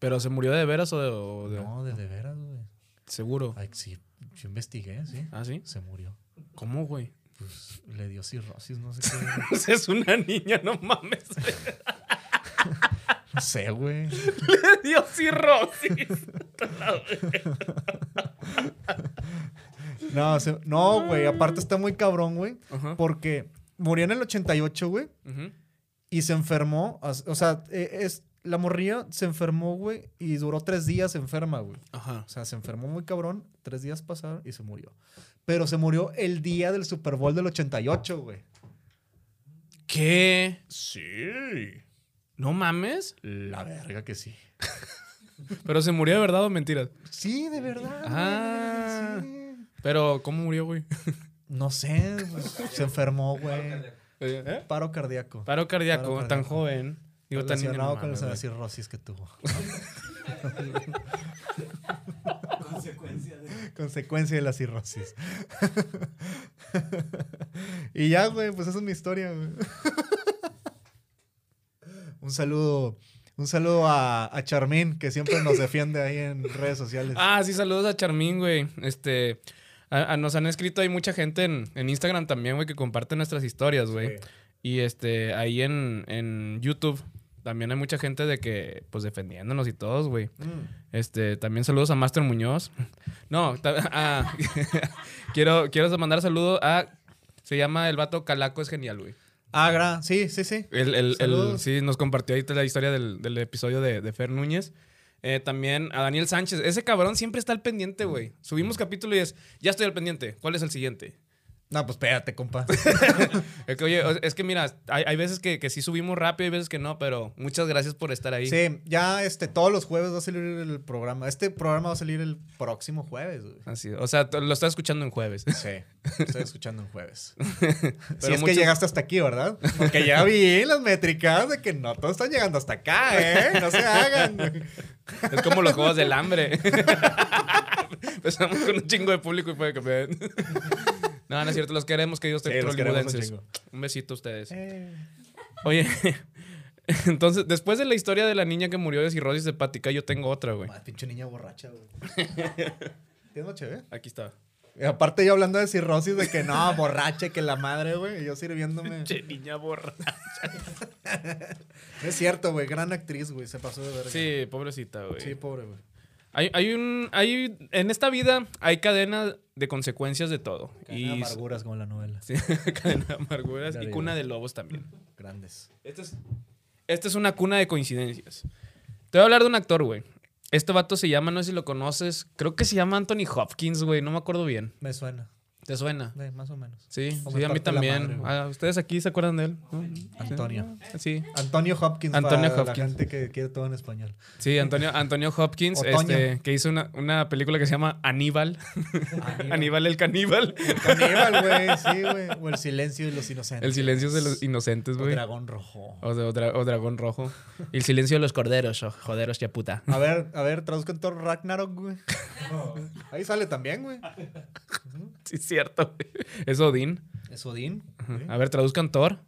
D: ¿Pero se murió de veras o de.? o de-
E: No, de, de veras, güey.
D: Seguro.
E: Ay, sí, yo investigué, sí.
D: ¿Ah, sí?
E: Se murió.
D: ¿Cómo, güey? <laughs>
E: Pues le dio cirrosis, no sé qué. <laughs> güey.
D: Pues es una niña, no mames. <laughs>
E: No sé, güey.
D: Dios cirrosis.
E: No, se- no, güey. Aparte está muy cabrón, güey.
D: Ajá.
E: Porque murió en el 88, güey.
D: Ujú.
E: Y se enfermó. as- O sea, eh, es, la morría se enfermó, güey. Y duró tres días enferma, güey.
D: Ajá.
E: O sea, se enfermó muy cabrón. Tres días pasaron y se murió. Pero se murió el día del Super Bowl del 88, güey.
D: ¿Qué?
E: Sí.
D: ¿No mames?
E: La verga que sí.
D: ¿Pero se murió de verdad o mentiras?
E: Sí, de verdad.
D: Ah.
E: güey, sí.
D: Pero, ¿cómo murió, güey?
E: No sé, pues, se enfermó, güey.
D: <laughs> ¿Eh?
E: Paro cardíaco.
D: Paro cardíaco,
E: Paro
D: tan
E: cardíaco.
D: joven. Digo, tan niño.
E: relacionado
D: no
E: con
D: mames,
E: la
D: güey.
E: cirrosis que tuvo.
A: Consecuencia de...
E: Consecuencia de la cirrosis. y ya, güey, pues esa es mi historia, güey. un saludo, un saludo a, a Charmín, que siempre nos defiende ahí en redes sociales.
D: Ah, sí, saludos a Charmín, güey. Este. a- a- nos han escrito, hay mucha gente en, en Instagram también, güey, que comparte nuestras historias, güey. Y este, ahí en, en YouTube también hay mucha gente de que, pues defendiéndonos y todos, güey.
E: Mm.
D: Este, también saludos a Master Muñoz. No, ta- <laughs> ah, quiero, quiero mandar saludos a. Se llama el vato Calaco, es genial, güey.
E: Ah, gra- sí, sí, sí.
D: El, el- el-
E: Saludos.
D: sí, nos compartió ahí la historia del, del episodio de, de Fer Núñez. Eh, también a Daniel Sánchez. Ese cabrón siempre está al pendiente, güey. Subimos capítulo y es, ya estoy al pendiente. ¿Cuál es el siguiente?
E: No, pues espérate, compa.
D: Es que, oye, o- es que mira, hay, hay veces que, que sí subimos rápido, hay veces que no, pero muchas gracias por estar ahí.
E: Sí, ya este, todos los jueves va a salir el programa. Este programa va a salir el próximo jueves, güey.
D: Así, o sea, t- lo estás escuchando en jueves. <laughs>
E: <laughs> Sí, lo estoy escuchando en jueves. si
D: Pero
E: es que
D: muchos-
E: llegaste hasta aquí, ¿verdad? Porque ya vi las métricas de que no todos están llegando hasta acá, ¿eh? No se hagan. güey.
D: Es como los juegos del hambre. <laughs> Empezamos con un chingo de público y puede que me-
E: <laughs>
D: No, no es cierto, los queremos, que Dios te
E: Sí, los queremos un chingo.
D: Un besito a ustedes.
E: Eh,
D: Oye, <laughs> entonces, después de la historia de la niña que murió de cirrosis hepática, yo tengo otra, güey.
E: <laughs> más pinche niña borracha, güey. <laughs> ¿Tienes noche, güey?
D: Aquí está.
E: Y aparte yo hablando de cirrosis, de que no, borracha, que la madre, güey. Y yo sirviéndome.
D: Che, niña borra.
E: <laughs> Es cierto, güey. Gran actriz, güey. Se pasó de verga.
D: Sí, pobrecita, güey.
E: Sí, pobre, güey.
D: Hay, hay un. Hay, en esta vida hay cadena de consecuencias de todo.
E: Y
D: y
E: amarguras como la novela.
D: <laughs> Sí, cadena de amarguras
E: Ya
D: y
E: digo.
D: cuna de lobos también.
E: Grandes.
D: Esta es, esta es una cuna de coincidencias. Te voy a hablar de un actor, güey. Este vato se llama, no sé si lo conoces, creo que se llama Anthony Hopkins, güey, no me acuerdo bien.
E: Me suena.
D: ¿Te suena?
E: eh, más o menos.
D: Sí,
E: O
D: sí,
E: me
D: a mí
E: parte la
D: también.
E: madre,
D: Ah, ¿Ustedes aquí se acuerdan de él? ¿No?
E: Antonio.
D: Sí,
E: Antonio Hopkins.
D: Antonio
E: para La
D: Hopkins.
E: gente que quiere todo en español.
D: sí, Antonio, Antonio Hopkins,
E: Otoño.
D: este, que hizo una, una película que se llama Aníbal. <laughs> Aníbal el <laughs> caníbal.
E: Caníbal, güey, sí, güey. O el silencio de los inocentes.
D: El silencio de los inocentes,
E: O
D: güey.
E: dragón rojo.
D: O, de- o dra- o dragón rojo. Y el silencio de los corderos, o joderos ya puta.
E: A ver, a ver, traduzcan todo Ragnarok, güey. Ahí sale también, güey.
D: Sí, es cierto. güey. Es Odín.
E: Es Odín. güey.
D: A ver, traduzcan Thor.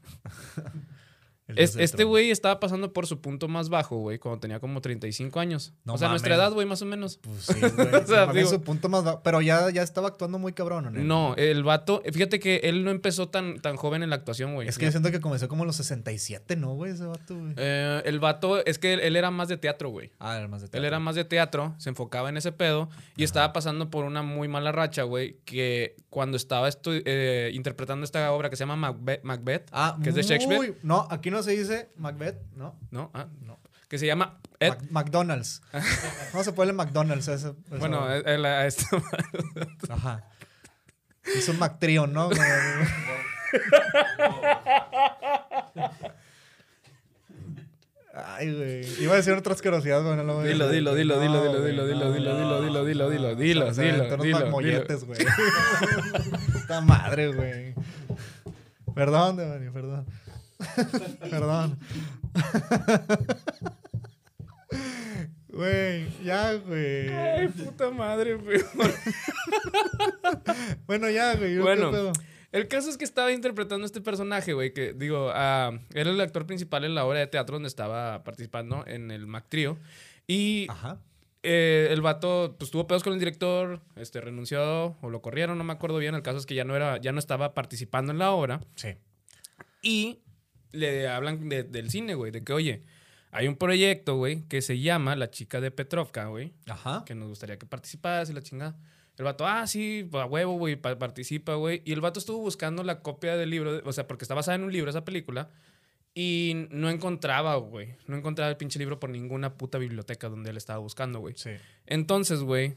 E: El dios
D: Es-
E: del
D: este
E: trueno.
D: güey estaba pasando por su punto más bajo, güey, cuando tenía como 35 años.
E: No
D: o sea,
E: mames.
D: nuestra edad, güey, más o menos.
E: Pues
D: <laughs>
E: sí, güey.
D: O sea,
E: No mames,
D: digo-
E: su punto más bajo. Pero ya, ya estaba actuando muy cabrón, ¿o
D: No, el vato, fíjate que él no empezó tan, tan joven en la actuación, güey.
E: Es que yo siento que comenzó como a los 67, ¿no, güey? Ese vato, güey.
D: Eh, el vato, es que él, él era más de teatro, güey.
E: Ah, era más de
D: Él era más de teatro, se enfocaba en ese pedo y estaba pasando por una muy mala racha, güey, que cuando estaba estu- eh, interpretando esta obra que se llama Macbeth, Macbeth,
E: Ah,
D: que es de Shakespeare,
E: muy- No, aquí no se dice Macbeth, ¿no?
D: ¿no? Ah,
E: No.
D: que se llama Ed-
E: Mac- McDonald's.
D: <laughs>
E: ¿Cómo se pone McDonald's? a ese- a
D: bueno,
E: esa-
D: el- el- <laughs> a este-
E: Ajá. Es un McTrio, ¿no? Ay, güey. Iba a decir otras curiosidades, güey. No lo voy a
D: Dilo,
E: decir.
D: dilo, dilo, dilo,
E: No,
D: dilo,
E: güey,
D: dilo, dilo, dilo,
E: no, no.
D: dilo, dilo, dilo,
E: No,
D: dilo,
E: se
D: dilo,
E: aventó unos
D: dilo,
E: magmolletes, güey. Puta madre, güey. Perdón, Demonio, perdón. perdón. Güey, ya,
D: Ay,
E: güey.
D: puta madre, güey.
E: Bueno, ya, güey. ¿qué
D: Bueno.
E: pedo?
D: El caso es que estaba interpretando a este personaje, güey, que digo, ah, era el actor principal en la obra de teatro donde estaba participando en el Mac Trio. Y
E: Ajá.
D: eh, el vato, pues tuvo pedos con el director, este, renunció o lo corrieron, no me acuerdo bien. El caso es que ya no, era, ya no estaba participando en la obra.
E: Sí.
D: Y le hablan de- del cine, güey, de que, oye, hay un proyecto, güey, que se llama La chica de Petrovka, güey
E: Ajá.
D: que nos gustaría que participaras y la chingada. El vato, ah, sí, a huevo, güey, pa- participa, güey. Y el vato estuvo buscando la copia del libro, o sea, porque está basada en un libro esa película, y no encontraba, güey. No encontraba el pinche libro por ninguna puta biblioteca donde él estaba buscando, güey.
E: Sí.
D: Entonces, güey,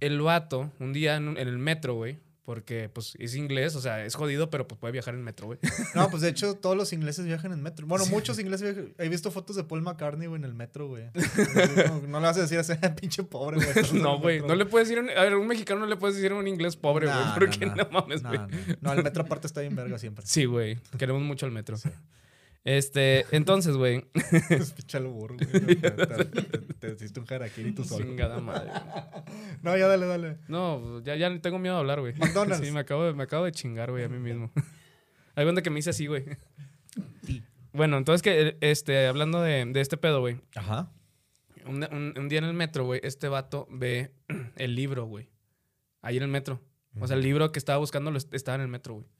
D: el vato, un día en, un- en el metro, güey, porque pues es inglés, o sea, es jodido, pero pues puede viajar en metro, güey. <laughs>
E: No, pues de hecho, todos los ingleses viajan en metro. Bueno, muchos ingleses viajan. He visto fotos de Paul McCartney, güey, en el
D: <laughs>
E: metro, güey. No, no le vas a decir a <laughs> ese pinche pobre, güey. estás en
D: no,
E: el
D: güey,
E: metro.
D: no le puedes decir, a un- a ver, un mexicano no le puedes decir a un inglés pobre, güey, <laughs>
E: Nah,
D: porque
E: nah,
D: no,
E: nah.
D: mames,
E: Nah,
D: güey.
E: nah. No, el metro aparte está bien verga siempre. <laughs>
D: Sí, güey. Queremos mucho el metro. Este, entonces, güey.
E: Es pinche albur, güey. Te- Te te hiciste un harakiri tú <laughs> solo.
D: Chingada madre.
E: No, ya dale, dale.
D: No, ya, ya tengo miedo de hablar, güey.
E: McDonald's.
D: Sí, me acabo de, me acabo de chingar, güey, a mí
E: <laughs>
D: mismo. Hay cuenta que me hice así, güey. Bueno, entonces que, este, hablando de, de este pedo, güey.
E: Ajá.
D: Un, un- un día en el metro, güey, este vato ve <clears throat> el libro, güey. Ahí en el metro. O sea, el libro que estaba buscando lo est- estaba en el metro, güey.
E: Mm.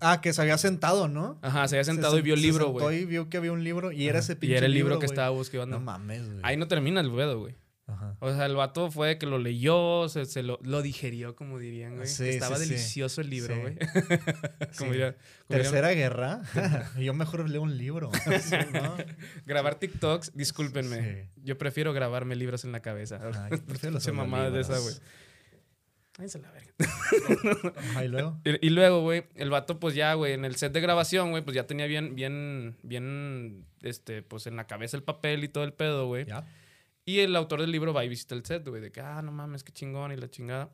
E: Ah, que se había sentado, ¿no?
D: Ajá, se había sentado
E: Se
D: y vio el
E: sen- se
D: libro,
E: sentó
D: güey.
E: Y vio que había un libro y era ese
D: Y
E: pinche
D: era el libro que
E: güey.
D: estaba buscando.
E: No mames, güey.
D: Ahí no termina el pedo, güey.
E: Ajá.
D: O sea, el vato fue que lo leyó, se, se lo, lo digerió, como dirían, güey.
E: Sí,
D: Estaba
E: sí, sí.
D: delicioso el libro,
E: Sí.
D: güey. <laughs>
E: Sí.
D: como diría- como diría-
E: Tercera guerra. <laughs> Yo mejor leo un
D: <laughs>
E: libro. Sí, ¿no?
D: Grabar TikToks, discúlpenme.
E: Sí.
D: Yo prefiero grabarme libros en la cabeza.
E: <laughs> Ay, yo prefiero los
D: Pinche mamada de esa, güey.
E: audiolibros.
D: Váyanse a la verga.
E: Ajá, y luego.
D: Y, y luego, güey, el vato, pues ya, güey, en el set de grabación, güey, pues ya tenía bien, bien, bien, este, pues en la cabeza el papel y todo el pedo, güey.
E: Ya.
D: Y el autor del libro va y visita el set, güey, de que, ah, no mames, qué chingón y la chingada.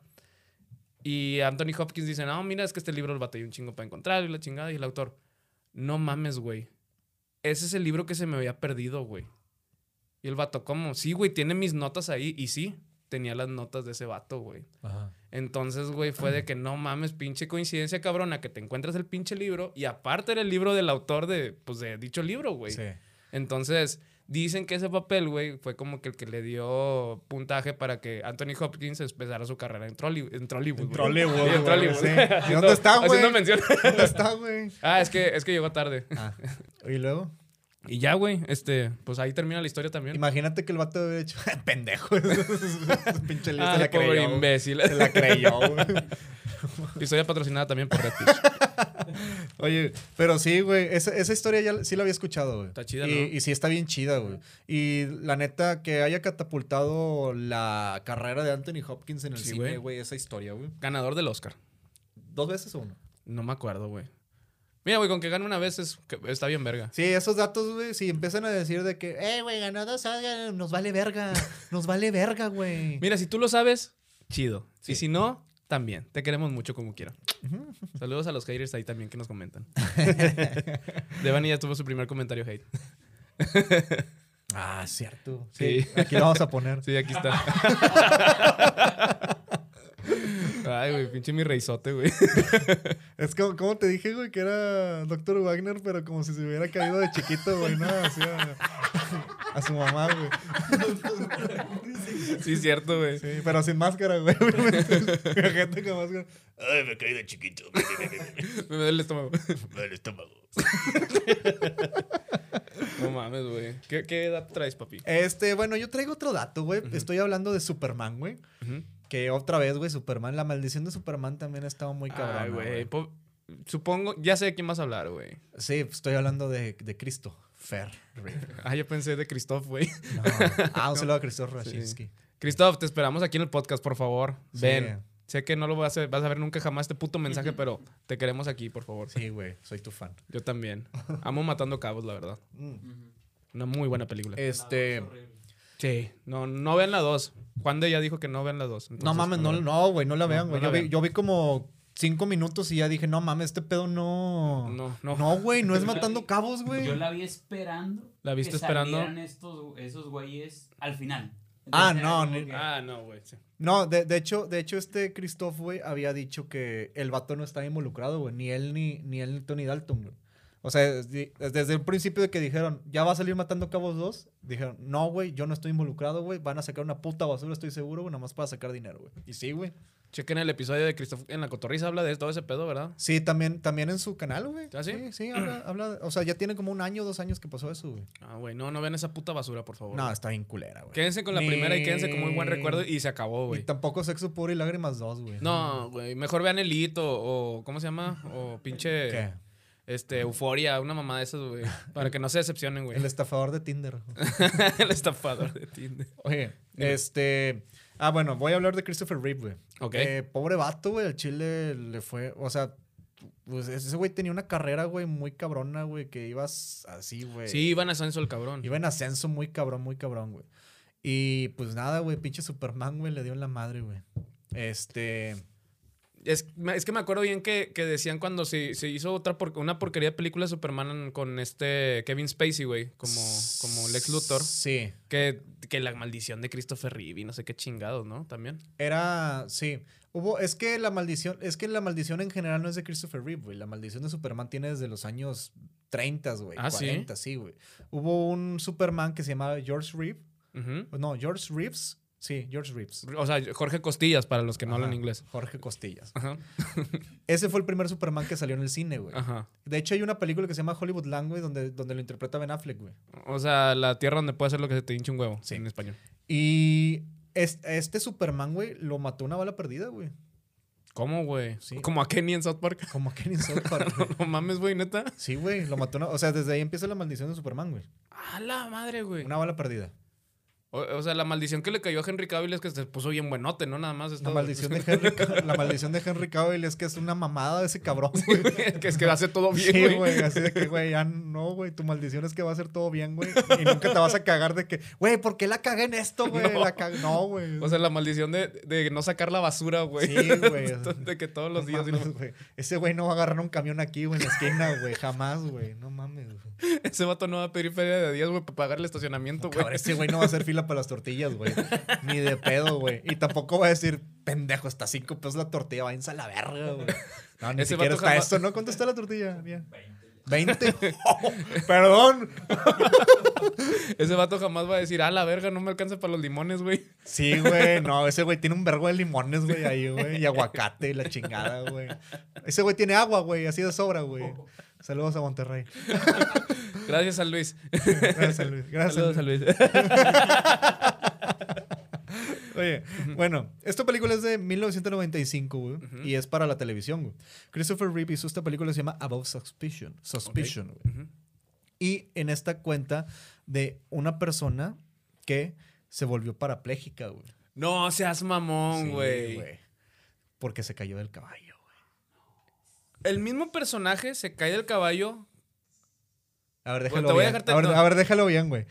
D: Y Anthony Hopkins dice, no, mira, es que este libro lo batallé un chingo para encontrar y la chingada. Y el autor, no mames, güey. Ese es el libro que se me había perdido, güey. Y el vato, ¿cómo? Sí, güey, tiene mis notas ahí. Y sí, tenía las notas de ese vato, güey.
E: Ajá.
D: Entonces, güey, fue de que no mames, pinche coincidencia cabrona, que te encuentras el pinche libro y aparte era el libro del autor de, pues, de dicho libro, güey.
E: Sí.
D: Entonces, dicen que ese papel, güey, fue como que el que le dio puntaje para que Anthony Hopkins empezara su carrera en, Trolly- en Trollywood. güey.
E: Trollywood,
D: Sí, en
E: güey,
D: Trollywood. <laughs>
E: sí. ¿Y
D: Haciendo-
E: dónde está, güey?
D: haciendo mención.
E: <laughs>
D: <laughs>
E: ¿Dónde está, güey?
D: ah, es que, es que llegó tarde.
E: Ah. Y luego.
D: Y ya, güey, este, pues ahí termina la historia también.
E: Imagínate que el vato hubiera hecho <laughs> pendejo. Ese pinche libro
D: Ah,
E: se la
D: pobre
E: creyó. güey.
D: imbécil.
E: Se la creyó, güey.
D: <laughs> historia patrocinada también por Red Fish.
E: Oye, pero sí, güey. Esa, esa historia ya sí la había escuchado, güey.
D: Está chida,
E: y,
D: ¿no?
E: y sí está bien chida, güey. Y la neta, que haya catapultado la carrera de Anthony Hopkins en el
D: Sí, güey.
E: cine, güey. Esa historia, güey.
D: Ganador del Oscar.
E: ¿Dos veces o uno?
D: No me acuerdo, güey. Mira, güey, con que gane una vez es, que- está bien verga.
E: Sí, esos datos, güey, si empiezan a decir de que, eh, güey, ganó dos, Oscar, nos
D: <laughs>
E: vale verga, nos vale verga, güey.
D: Mira, si tú lo sabes, chido. Y si no, también. Te queremos mucho como quiera. Saludos a los haters ahí también que nos <laughs> comentan. Devani ya tuvo su primer comentario hate.
E: Ah, cierto.
D: Sí.
E: Sí. Aquí lo vamos a poner.
D: <laughs> Sí, aquí está. Ay, güey, pinche mi reisote, güey.
E: Es como, como te dije, güey, que era Dr. Wagner, pero como si se hubiera caído de chiquito, güey, ¿no? Así a, <laughs> a su mamá, güey.
D: Sí, cierto, güey.
E: Sí, pero sin máscara, güey. <laughs> Gente con máscara.
A: Ay, me caí de chiquito.
D: Me duele el estómago.
A: El estómago.
D: <laughs> No mames, güey. ¿Qué, qué edad traes, papi?
E: Este, bueno, yo traigo otro dato, güey. Estoy hablando de Superman, güey.
D: Ujú.
E: Que otra vez, güey, Superman, la maldición de Superman también estaba muy cabrona,
D: Ay, güey.
E: güey.
D: po- Supongo, ya sé de quién vas a hablar, güey.
E: Sí, estoy hablando de, de Cristo. Fer.
D: <laughs> Ah, yo pensé de Christoph, güey.
E: No. Ah, un saludo a Christoph Rashinsky.
D: Christoph, te esperamos aquí en el podcast, por favor.
E: Sí.
D: Ven. Sé que no lo vas a, vas a ver nunca jamás este puto mensaje, pero te queremos aquí, por favor.
E: Sí, güey, soy tu fan.
D: Yo también. Amo matando cabos, la verdad. Una muy buena película.
E: Mm. Este.
D: sí. No, no vean la 2. Juan de ya dijo que no vean la 2.
E: No mames, no, no, güey, no la vean,
D: no
E: güey.
D: la
E: yo, vi-
D: vean.
E: yo vi como cinco minutos y ya dije, no mames, este pedo no.
D: No, no.
E: No, güey,
D: <laughs>
E: no es matando cabos, güey.
G: Yo la vi esperando.
D: ¿La viste
G: que
D: esperando?
G: salieran Estos, esos güeyes al final.
E: Ah,
G: era
E: no,
G: como
E: ni-
G: que-
D: Ah, no, güey. sí.
E: No, de, de hecho, de hecho, este Christoph, güey, había dicho que el vato no estaba involucrado, güey. Ni él ni, ni él ni Tony Dalton, güey. O sea, desde, desde el principio de que dijeron, ya va a salir matando cabos 2, dijeron, no, güey, yo no estoy involucrado, güey. Van a sacar una puta basura, estoy seguro, güey, nada más para sacar dinero, güey. Y sí, güey.
D: Chequen el episodio de Christoph en la cotorriza. Habla de todo ese pedo, ¿verdad?
E: Sí, también, también en su canal, güey.
D: ¿Ah, sí?
E: Sí, sí, habla, <clears throat> habla. O sea, ya tiene como un año, dos años que pasó eso, güey.
D: Ah, güey. No, no vean esa puta basura, por favor.
E: No, está bien culera, güey.
D: Quédense con la
E: Ni-
D: primera y quédense con muy buen recuerdo y se acabó,
E: Y
D: güey.
E: tampoco sexo puro y lágrimas 2, güey.
D: No, güey. Mejor vean el hito o. ¿Cómo se llama? O pinche.
E: ¿Qué?
D: Este, euforia, una mamá de esas, güey. Para que no se decepcionen, güey.
E: El estafador de Tinder.
D: <laughs> el estafador de Tinder.
E: Oye, este. Ah, bueno, voy a hablar de Christopher Reeve, güey.
D: Ok.
E: Eh, pobre vato, güey. El Chile le fue. O sea, pues ese güey tenía una carrera, güey, muy cabrona, güey, que ibas así, güey.
D: Sí, Iván Ascenso el cabrón.
E: Iba en ascenso muy cabrón, muy cabrón, güey. Y pues nada, güey, pinche Superman, güey, le dio en la madre, güey. Este.
D: Es, me- es que me acuerdo bien que, que decían cuando se, se hizo otra por- una porquería de película de Superman con este Kevin Spacey, güey, como, como Lex Luthor,
E: Sí.
D: que, que la maldición de Christopher Reeve y no sé qué chingados, ¿no? También.
E: Era, sí. Hubo, es que la maldición, es que la maldición en general no es de Christopher Reeve, güey. La maldición de Superman tiene desde los años 30, güey.
D: Ah, ¿sí?
E: 40, sí, güey. Hubo un Superman que se llamaba George Reeve.
D: Ujú.
E: No, George Reeves. Sí, George Reeves.
D: O sea, Jorge Costillas, para los que no hablan
E: Ajá,
D: inglés.
E: Jorge Costillas.
D: Ajá.
E: Ese fue el primer Superman que salió en el cine, güey.
D: Ajá.
E: De hecho, hay una película que se llama Hollywood Land, güey, donde, donde lo interpreta Ben Affleck, güey.
D: O sea, la tierra donde puede hacer lo que se te hinche un huevo
E: Sí.
D: en español.
E: Y es- este Superman, güey, lo mató una bala perdida, güey.
D: ¿Cómo, güey?
E: Sí.
D: Como a Kenny en South Park. <laughs>
E: Como Kenny South Park, güey.
D: no mames, güey, neta.
E: Sí, güey, lo mató una... O sea, desde ahí empieza la maldición de Superman, güey.
D: A la madre, güey.
E: Una bala perdida.
D: O, o sea, la maldición que le cayó a Henry Cavill es que se puso bien buenote, ¿no? Nada más. es
E: La
D: todo.
E: maldición, de Henry, Ca- la maldición de Henry Cavill es que es una mamada de ese cabrón, güey.
D: <laughs> que es que hace todo bien,
E: Sí,
D: güey.
E: güey, así de que, güey, ya no, güey, tu maldición es que va a ser todo bien, güey. Y nunca te vas a cagar de que, güey, ¿por qué la cagué en esto, güey?
D: No.
E: La cagué- No, güey.
D: O sea, la maldición de, de no sacar la basura, güey. <laughs>
E: Sí, güey.
D: de que todos los
E: No
D: días.
E: mames, güey. Ese güey no va a agarrar un camión aquí, güey, en la esquina, güey. Jamás, güey. No mames, güey.
D: Ese vato no va a pedir feria de días, güey, para pagar el estacionamiento, güey.
E: Cabrón, este ese güey no va a hacer fila para las tortillas, güey. Ni de pedo, güey. Y tampoco va a decir, pendejo, está cinco pesos la tortilla, váyanse a la verga, güey. No, ni
D: Ese
E: siquiera
D: vato
E: está
D: jamás-
E: eso, ¿no? ¿Cuánto está la tortilla? Mía? 20. Oh, <laughs> perdón.
D: Ese vato jamás va a decir, ah, la verga, no me alcanza para los limones, güey.
E: Sí, güey. No, ese güey tiene un vergo de limones, güey, ahí, güey. Y aguacate y la chingada, güey. Ese güey tiene agua, güey. Así de sobra, güey. Saludos a Monterrey.
D: Gracias a Luis.
E: Gracias, Luis. Gracias,
D: Saludos a
E: Luis.
D: Luis.
E: Oye, bueno, esta película es de 1995, güey, y es para la televisión, güey. Christopher Reeve hizo esta película que se llama Above Suspicion, Suspicion, güey.
D: Ujú.
E: Y en esta cuenta de una persona que se volvió parapléjica, güey.
D: <laughs> no seas
E: Sí,
D: mamón, güey.
E: Porque se cayó del caballo, güey.
D: el mismo personaje se cae del caballo.
E: A ver,
D: Bueno,
E: déjalo
D: te voy a
E: bien.
D: dejar te-
E: a, ver,
D: no.
E: a ver, déjalo
D: <laughs>
E: bien, güey.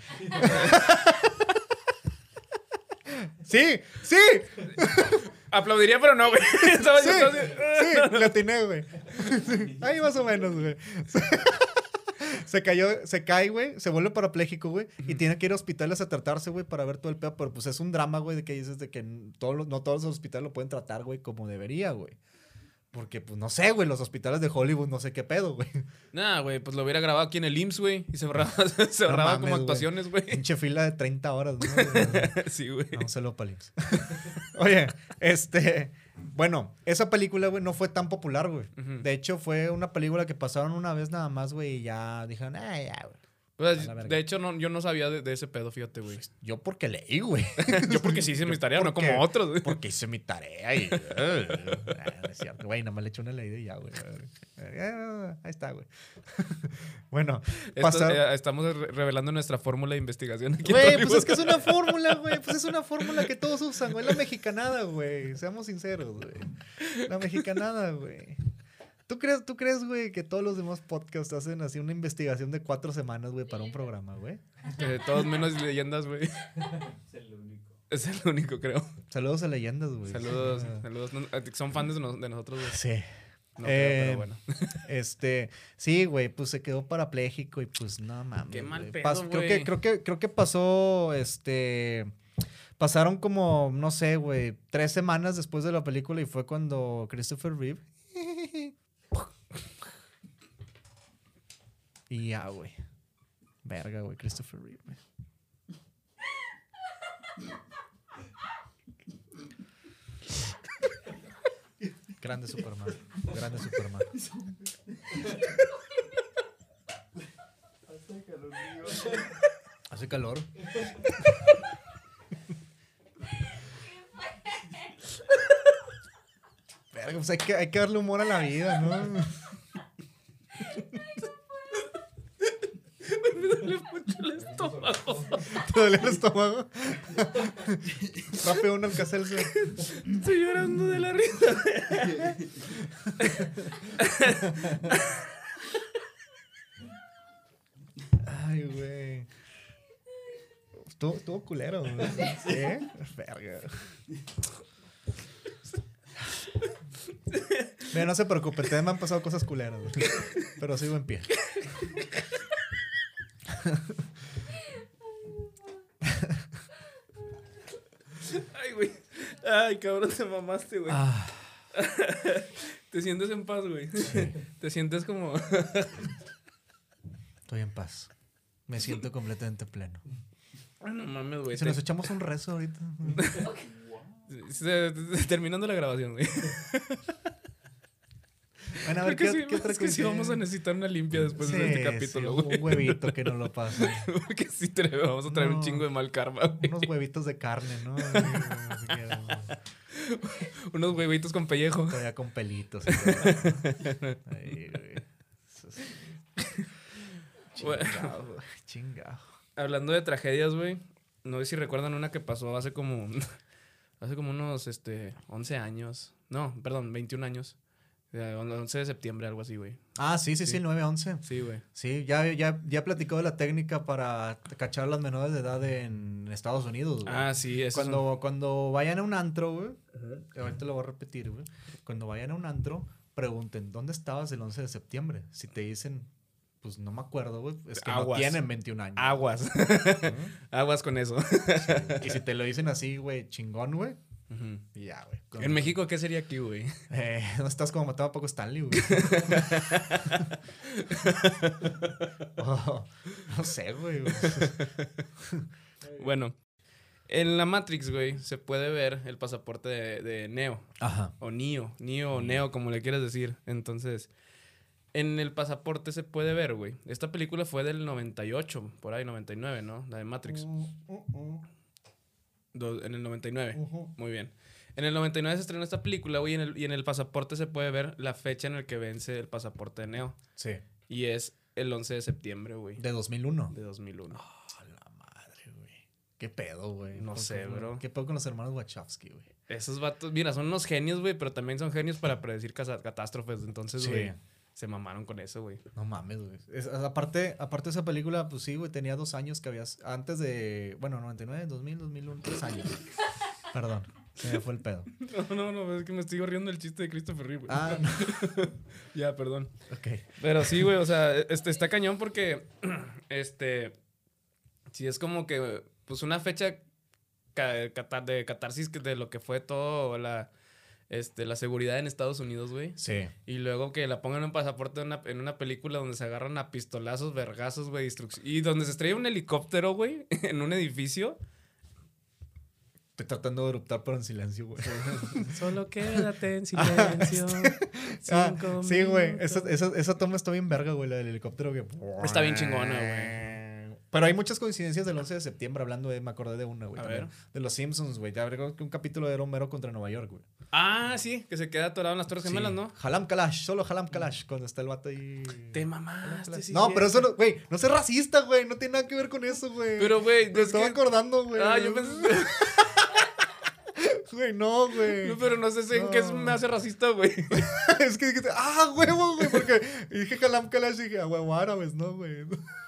E: sí, sí,
D: Aplaudiría, pero no, güey. <laughs> ¿Sabes?
E: sí,
D: Entonces,
E: sí, le atiné, güey. Ahí más o menos, güey. <laughs> Se cayó, se cae, güey, se vuelve parapléjico, güey, y tiene que ir a hospitales a tratarse, güey, para ver todo el pedo, pero pues es un drama, güey, de que dices de que n- todos los- no todos los hospitales lo pueden tratar, güey, como debería, güey. Porque, pues, no sé, güey, los hospitales de Hollywood, no sé qué pedo, güey.
D: Nah, güey, pues lo hubiera grabado aquí en el IMSS, güey. Y se ahorraba, <laughs> se
E: No
D: ahorraba
E: mames,
D: como
E: güey.
D: actuaciones,
E: <laughs>
D: güey. <laughs>
E: Pinche fila de 30 horas, ¿no?
D: Sí, güey.
E: No, solo Palips. <laughs> Oye, este. Bueno, esa película, güey, no fue tan popular, güey.
D: Ujú.
E: De hecho, fue una película que pasaron una vez nada más, güey, y ya dijeron, ah, ya, güey.
D: Pues,
E: A la verga.
D: de hecho, no, yo no sabía de, de ese pedo, fíjate, güey.
E: <laughs> Yo porque leí, <laughs> güey.
D: Yo porque sí hice mis tareas, no
E: porque-
D: como otros, güey.
E: Porque hice mi tarea <laughs> y. Ah, no es cierto, güey, nada más le eché una leída y ya, <laughs> güey. Ah, Ahí está, güey. <laughs> Bueno,
D: Esto-
E: pasaron.
D: eh, estamos re- revelando nuestra fórmula de investigación aquí. en <laughs>
E: Güey, pues
D: Hollywood.
E: es que es una fórmula, güey. Pues es una fórmula que todos usan, güey. La mexicanada, güey. Seamos sinceros, güey. La mexicanada, güey. ¿Tú crees, ¿Tú crees, güey, que todos los demás podcasts hacen así una investigación de cuatro semanas, güey, para un programa, güey?
D: Eh, todos menos leyendas, güey.
G: Es el único.
D: <laughs> Es el único, creo.
E: Saludos a leyendas, güey.
D: Saludos,
E: Ah,
D: saludos. No, eh, Son fans de, nos- de nosotros, güey.
E: Sí.
D: No, creo,
E: Eh,
D: pero bueno.
E: Este, sí, güey, pues se quedó parapléjico y pues no mames.
D: Qué mal
E: güey.
D: pedo,
E: Pas- creo
D: güey.
E: que creo que creo que pasó este pasaron como no sé, güey, tres semanas después de la película y fue cuando Christopher Reeve <laughs> y ya, güey. Verga, güey, Christopher Reeve. güey. Grande Superman. Grande Superman. Hace calor. Verga, pues hay que, hay que darle humor a la vida, ¿no? ¿Te duele el estómago? Rápido un alcacelso.
D: Estoy llorando de la risa.
E: Ay, güey. Estuvo, estuvo culero, güey. ¿Eh? Verga. Mira, no se preocupe, te me han pasado cosas culeras, güey. Pero sigo en pie.
D: Ay, güey. Ay, cabrón, te mamaste, güey.
E: Ah.
D: <laughs> Te sientes en paz, güey. <laughs> Te sientes como. <laughs>
E: Estoy en paz. Me siento completamente pleno.
D: Ay, no mames, güey.
E: Si
D: Te-
E: nos echamos un
D: <laughs>
E: rezo ahorita.
D: se- se- terminando la grabación, güey.
E: Bueno, a
D: Creo
E: ver,
D: que
E: ¿qué,
D: sí,
E: qué otra
D: es que sí
E: cosa?
D: vamos a necesitar una limpia después de este
E: Sí,
D: capítulo,
E: sí,
D: güey.
E: Un huevito que no lo pase.
D: <laughs> Porque <laughs> sí te vamos a traer un
E: No.
D: chingo de mal karma, güey.
E: Unos huevitos de carne, ¿no? Así que, güey,
D: Unos huevitos con pellejo.
E: Todavía con pelitos. y todo. Ay, güey. Eso sí.
D: Bueno.
E: Chingado,
D: <laughs>
E: güey, chingado.
D: Hablando de tragedias, güey. No sé si recuerdan una que pasó hace como. <laughs> Hace como unos este, 11 años. No, perdón, 21 años. Eh, 11 de septiembre, algo así, güey.
E: Ah, sí, sí,
D: Sí.
E: sí, el 9-11.
D: Sí, güey.
E: Sí, ya, ya, ya he platicado de la técnica para cachar las menores de edad en Estados Unidos, güey.
D: Ah, sí, eso.
E: cuando, cuando vayan a un antro, güey. Ahorita lo voy a repetir, güey. Cuando vayan a un antro, pregunten, ¿dónde estabas el 11 de septiembre? Si te dicen, pues no me acuerdo, güey. Es que
D: Aguas.
E: no tienen 21 años.
D: Aguas. Aguas con eso.
E: Y si te lo dicen así, güey, chingón, güey.
D: Ujú.
E: y Ya, güey. Con-
D: En México, ¿qué sería aquí, güey?
E: <laughs> Eh, no estás como mataba a poco Stanley,
D: <laughs>
E: güey. <laughs> Oh, no sé, güey.
D: Bueno, en la Matrix, güey, se puede ver el pasaporte de, de Neo.
E: Ajá.
D: O Neo. Neo o Neo, como le quieras decir. Entonces, en el pasaporte se puede ver, güey. Esta película fue del 98, por ahí, 99, ¿no? La de Matrix. Do- en el 99. Muy bien. En el 99 se estrenó esta película, güey, y en el- y en el pasaporte se puede ver la fecha en la que vence el pasaporte de Neo.
E: Sí,
D: Y es el 11 de septiembre, güey.
E: de 2001.
D: De 2001.
E: A la madre, güey. ¿Qué pedo, güey?
D: No
E: ¿Por
D: sé,
E: qué, güey?
D: bro.
E: ¿Qué pedo con los hermanos Wachowski, güey?
D: Esos vatos, mira, son unos genios, güey, pero también son genios para predecir casa- catástrofes. Entonces,
E: Sí.
D: güey, se mamaron con eso, güey.
E: No mames, güey. Pues, Es- aparte, aparte de esa película, pues sí, güey, tenía dos años que habías... Antes de... Bueno, 99, 2000, 2001, tres años. <laughs> Perdón, se me fue el pedo.
D: <laughs> No, no, no, es que me estoy riendo del chiste de Christopher Reeve, güey.
E: Ah, no.
D: Ya, perdón.
E: ok.
D: Pero sí, güey, o sea, este, está cañón porque, <clears throat> este, sí es como que, pues, una fecha ca- cata- de catarsis que- de lo que fue todo la, este, la seguridad en Estados Unidos, güey.
E: Sí.
D: Y luego que la pongan en un pasaporte en una, en una película donde se agarran a pistolazos, vergazos, güey, destruc- Y donde se estrella un helicóptero, güey, <laughs> en un edificio.
E: Estoy tratando de eruptar, pero en silencio, güey.
D: <laughs> Solo quédate en <laughs> silencio.
E: Ah, sí, güey. Esa, esa- esa toma está bien verga, güey, la del helicóptero que...
D: Está bien chingona,
E: güey. Pero hay muchas coincidencias del 11 de septiembre hablando de... Me acordé de una, güey.
D: A
E: también.
D: ver.
E: De los Simpsons, güey. Ya verga que un capítulo de Romero contra Nueva York, güey.
D: Ah, sí, que se queda atorado en las Torres Gemelas,
E: Sí.
D: ¿no?
E: Halam Kalash, solo Halam Kalash, cuando está el vato ahí.
D: Te mamaste, sí.
E: no,
D: sí.
E: pero eso no, güey, no seas racista, güey, no tiene nada que ver con eso, güey.
D: Pero, güey, es
E: me
D: Ah,
E: estaba
D: que-
E: acordando, güey.
D: Ah, yo pensé.
E: Güey, no, güey.
D: No, <laughs> pero no sé si en qué es- me hace racista, güey. <laughs>
E: <laughs> es que dijiste, ah, huevo, güey, porque dije Kalam Kalash y dije, ah, huevo, árabes, no, güey. <laughs>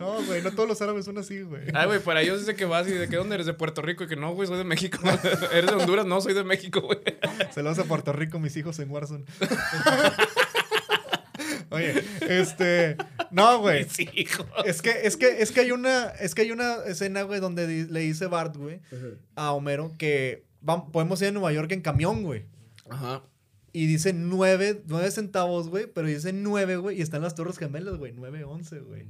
E: No, güey, no todos los árabes son así, güey.
D: Ay, Ah, güey, para ellos dice que vas y de qué dónde eres de Puerto Rico y que no, güey, soy de México. <laughs> ¿Eres de Honduras? No, soy de México, güey. <laughs>
E: Saludos a Puerto Rico, mis hijos en Warzone. <laughs> Oye, este, no, güey.
D: Sí, hijo.
E: Es que, es que, es que hay una, es que hay una escena, güey, donde di- le dice Bart, güey, a Homero que vam- podemos ir a Nueva York en camión, güey.
D: Ajá.
E: Y dice nueve, nueve centavos, güey, pero dice nueve, güey, y están las Torres Gemelas, güey, nueve, once, güey.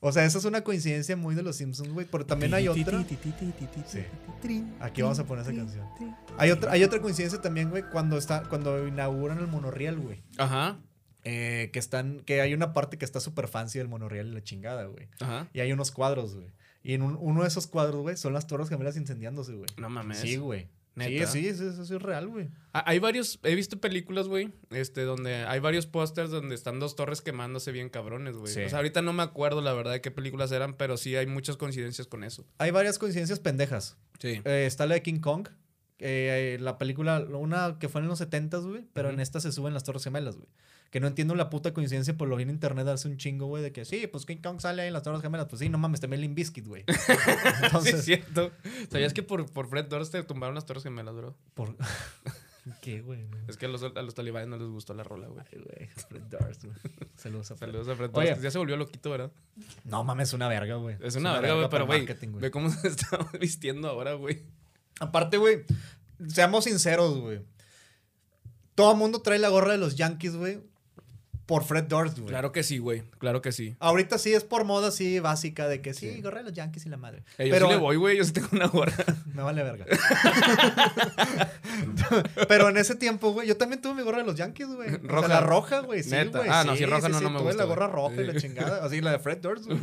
E: O sea, esa es una coincidencia muy de los Simpsons, güey, pero también hay otra. Sí. Aquí vamos a poner esa canción. Hay otra, hay otra coincidencia también, güey, cuando está, cuando inauguran el monorriel, güey.
D: Ajá.
E: Eh, que están, que hay una parte que está súper fancy del monorriel y la chingada, güey.
D: Ajá.
E: Y hay unos cuadros, güey. Y en un- uno de esos cuadros, güey, son las Torres Gemelas incendiándose, güey.
D: No mames.
E: Sí, güey. Sí,
D: ¿Neta?
E: sí, eso, eso sí es real, güey.
D: Ha- Ah, Hay varios, he visto películas, güey, este, donde hay varios pósters donde están dos torres quemándose bien cabrones, güey.
E: Sí.
D: O sea, ahorita no me acuerdo la verdad de qué películas eran, pero sí hay muchas coincidencias con eso.
E: Hay varias coincidencias pendejas.
D: Sí.
E: Eh, está la de King Kong. eh, la película, una que fue en los 70 güey, pero en
D: Ujú.
E: esta se suben las Torres Gemelas, güey. Que no entiendo la puta coincidencia, por lo vi en internet hace un chingo, güey, de que sí, pues King Kong sale ahí en las Torres Gemelas. Pues sí, no mames, también Limp
D: <laughs>
E: Bizkit, güey.
D: <laughs> Sí,
E: Entonces,
D: es cierto. ¿Sabías que por, por Fred Durst te tumbaron las torres gemelas, bro? <laughs>
E: por... ¿Qué, güey? No.
D: Es que a los, a los talibanes no les gustó la rola, güey.
E: Ay, güey, Fred Durst, güey. Saludos a Fred.
D: Saludos a Fred
E: Oye.
D: Durst. Ya se volvió loquito, ¿verdad?
E: No mames, una verga, güey.
D: Es una verga, güey, pero
E: para
D: güey,
E: marketing,
D: ve cómo <laughs> se está vistiendo ahora, güey.
E: Aparte, güey, seamos sinceros, güey. Todo el mundo trae la gorra de los Yankees, güey, por Fred Durst, güey.
D: Claro que sí, güey. Claro que sí.
E: Ahorita sí es por moda así básica de que sí, gorra de los Yankees y la madre.
D: Eh, yo
E: pero
D: sí le voy, güey. Yo sí tengo una
E: <laughs>
D: gorra.
E: me vale verga. pero en ese tiempo, güey, yo también tuve mi gorra de los Yankees, güey. O sea,
D: Roja.
E: la roja, güey, sí,
D: Neta.
E: güey.
D: Ah, no, sí, roja no, no me
E: tuve
D: gusta,
E: la gorra
D: güey.
E: roja y la
D: Sí.
E: chingada, así la de Fred Durst,
D: <laughs>
E: güey.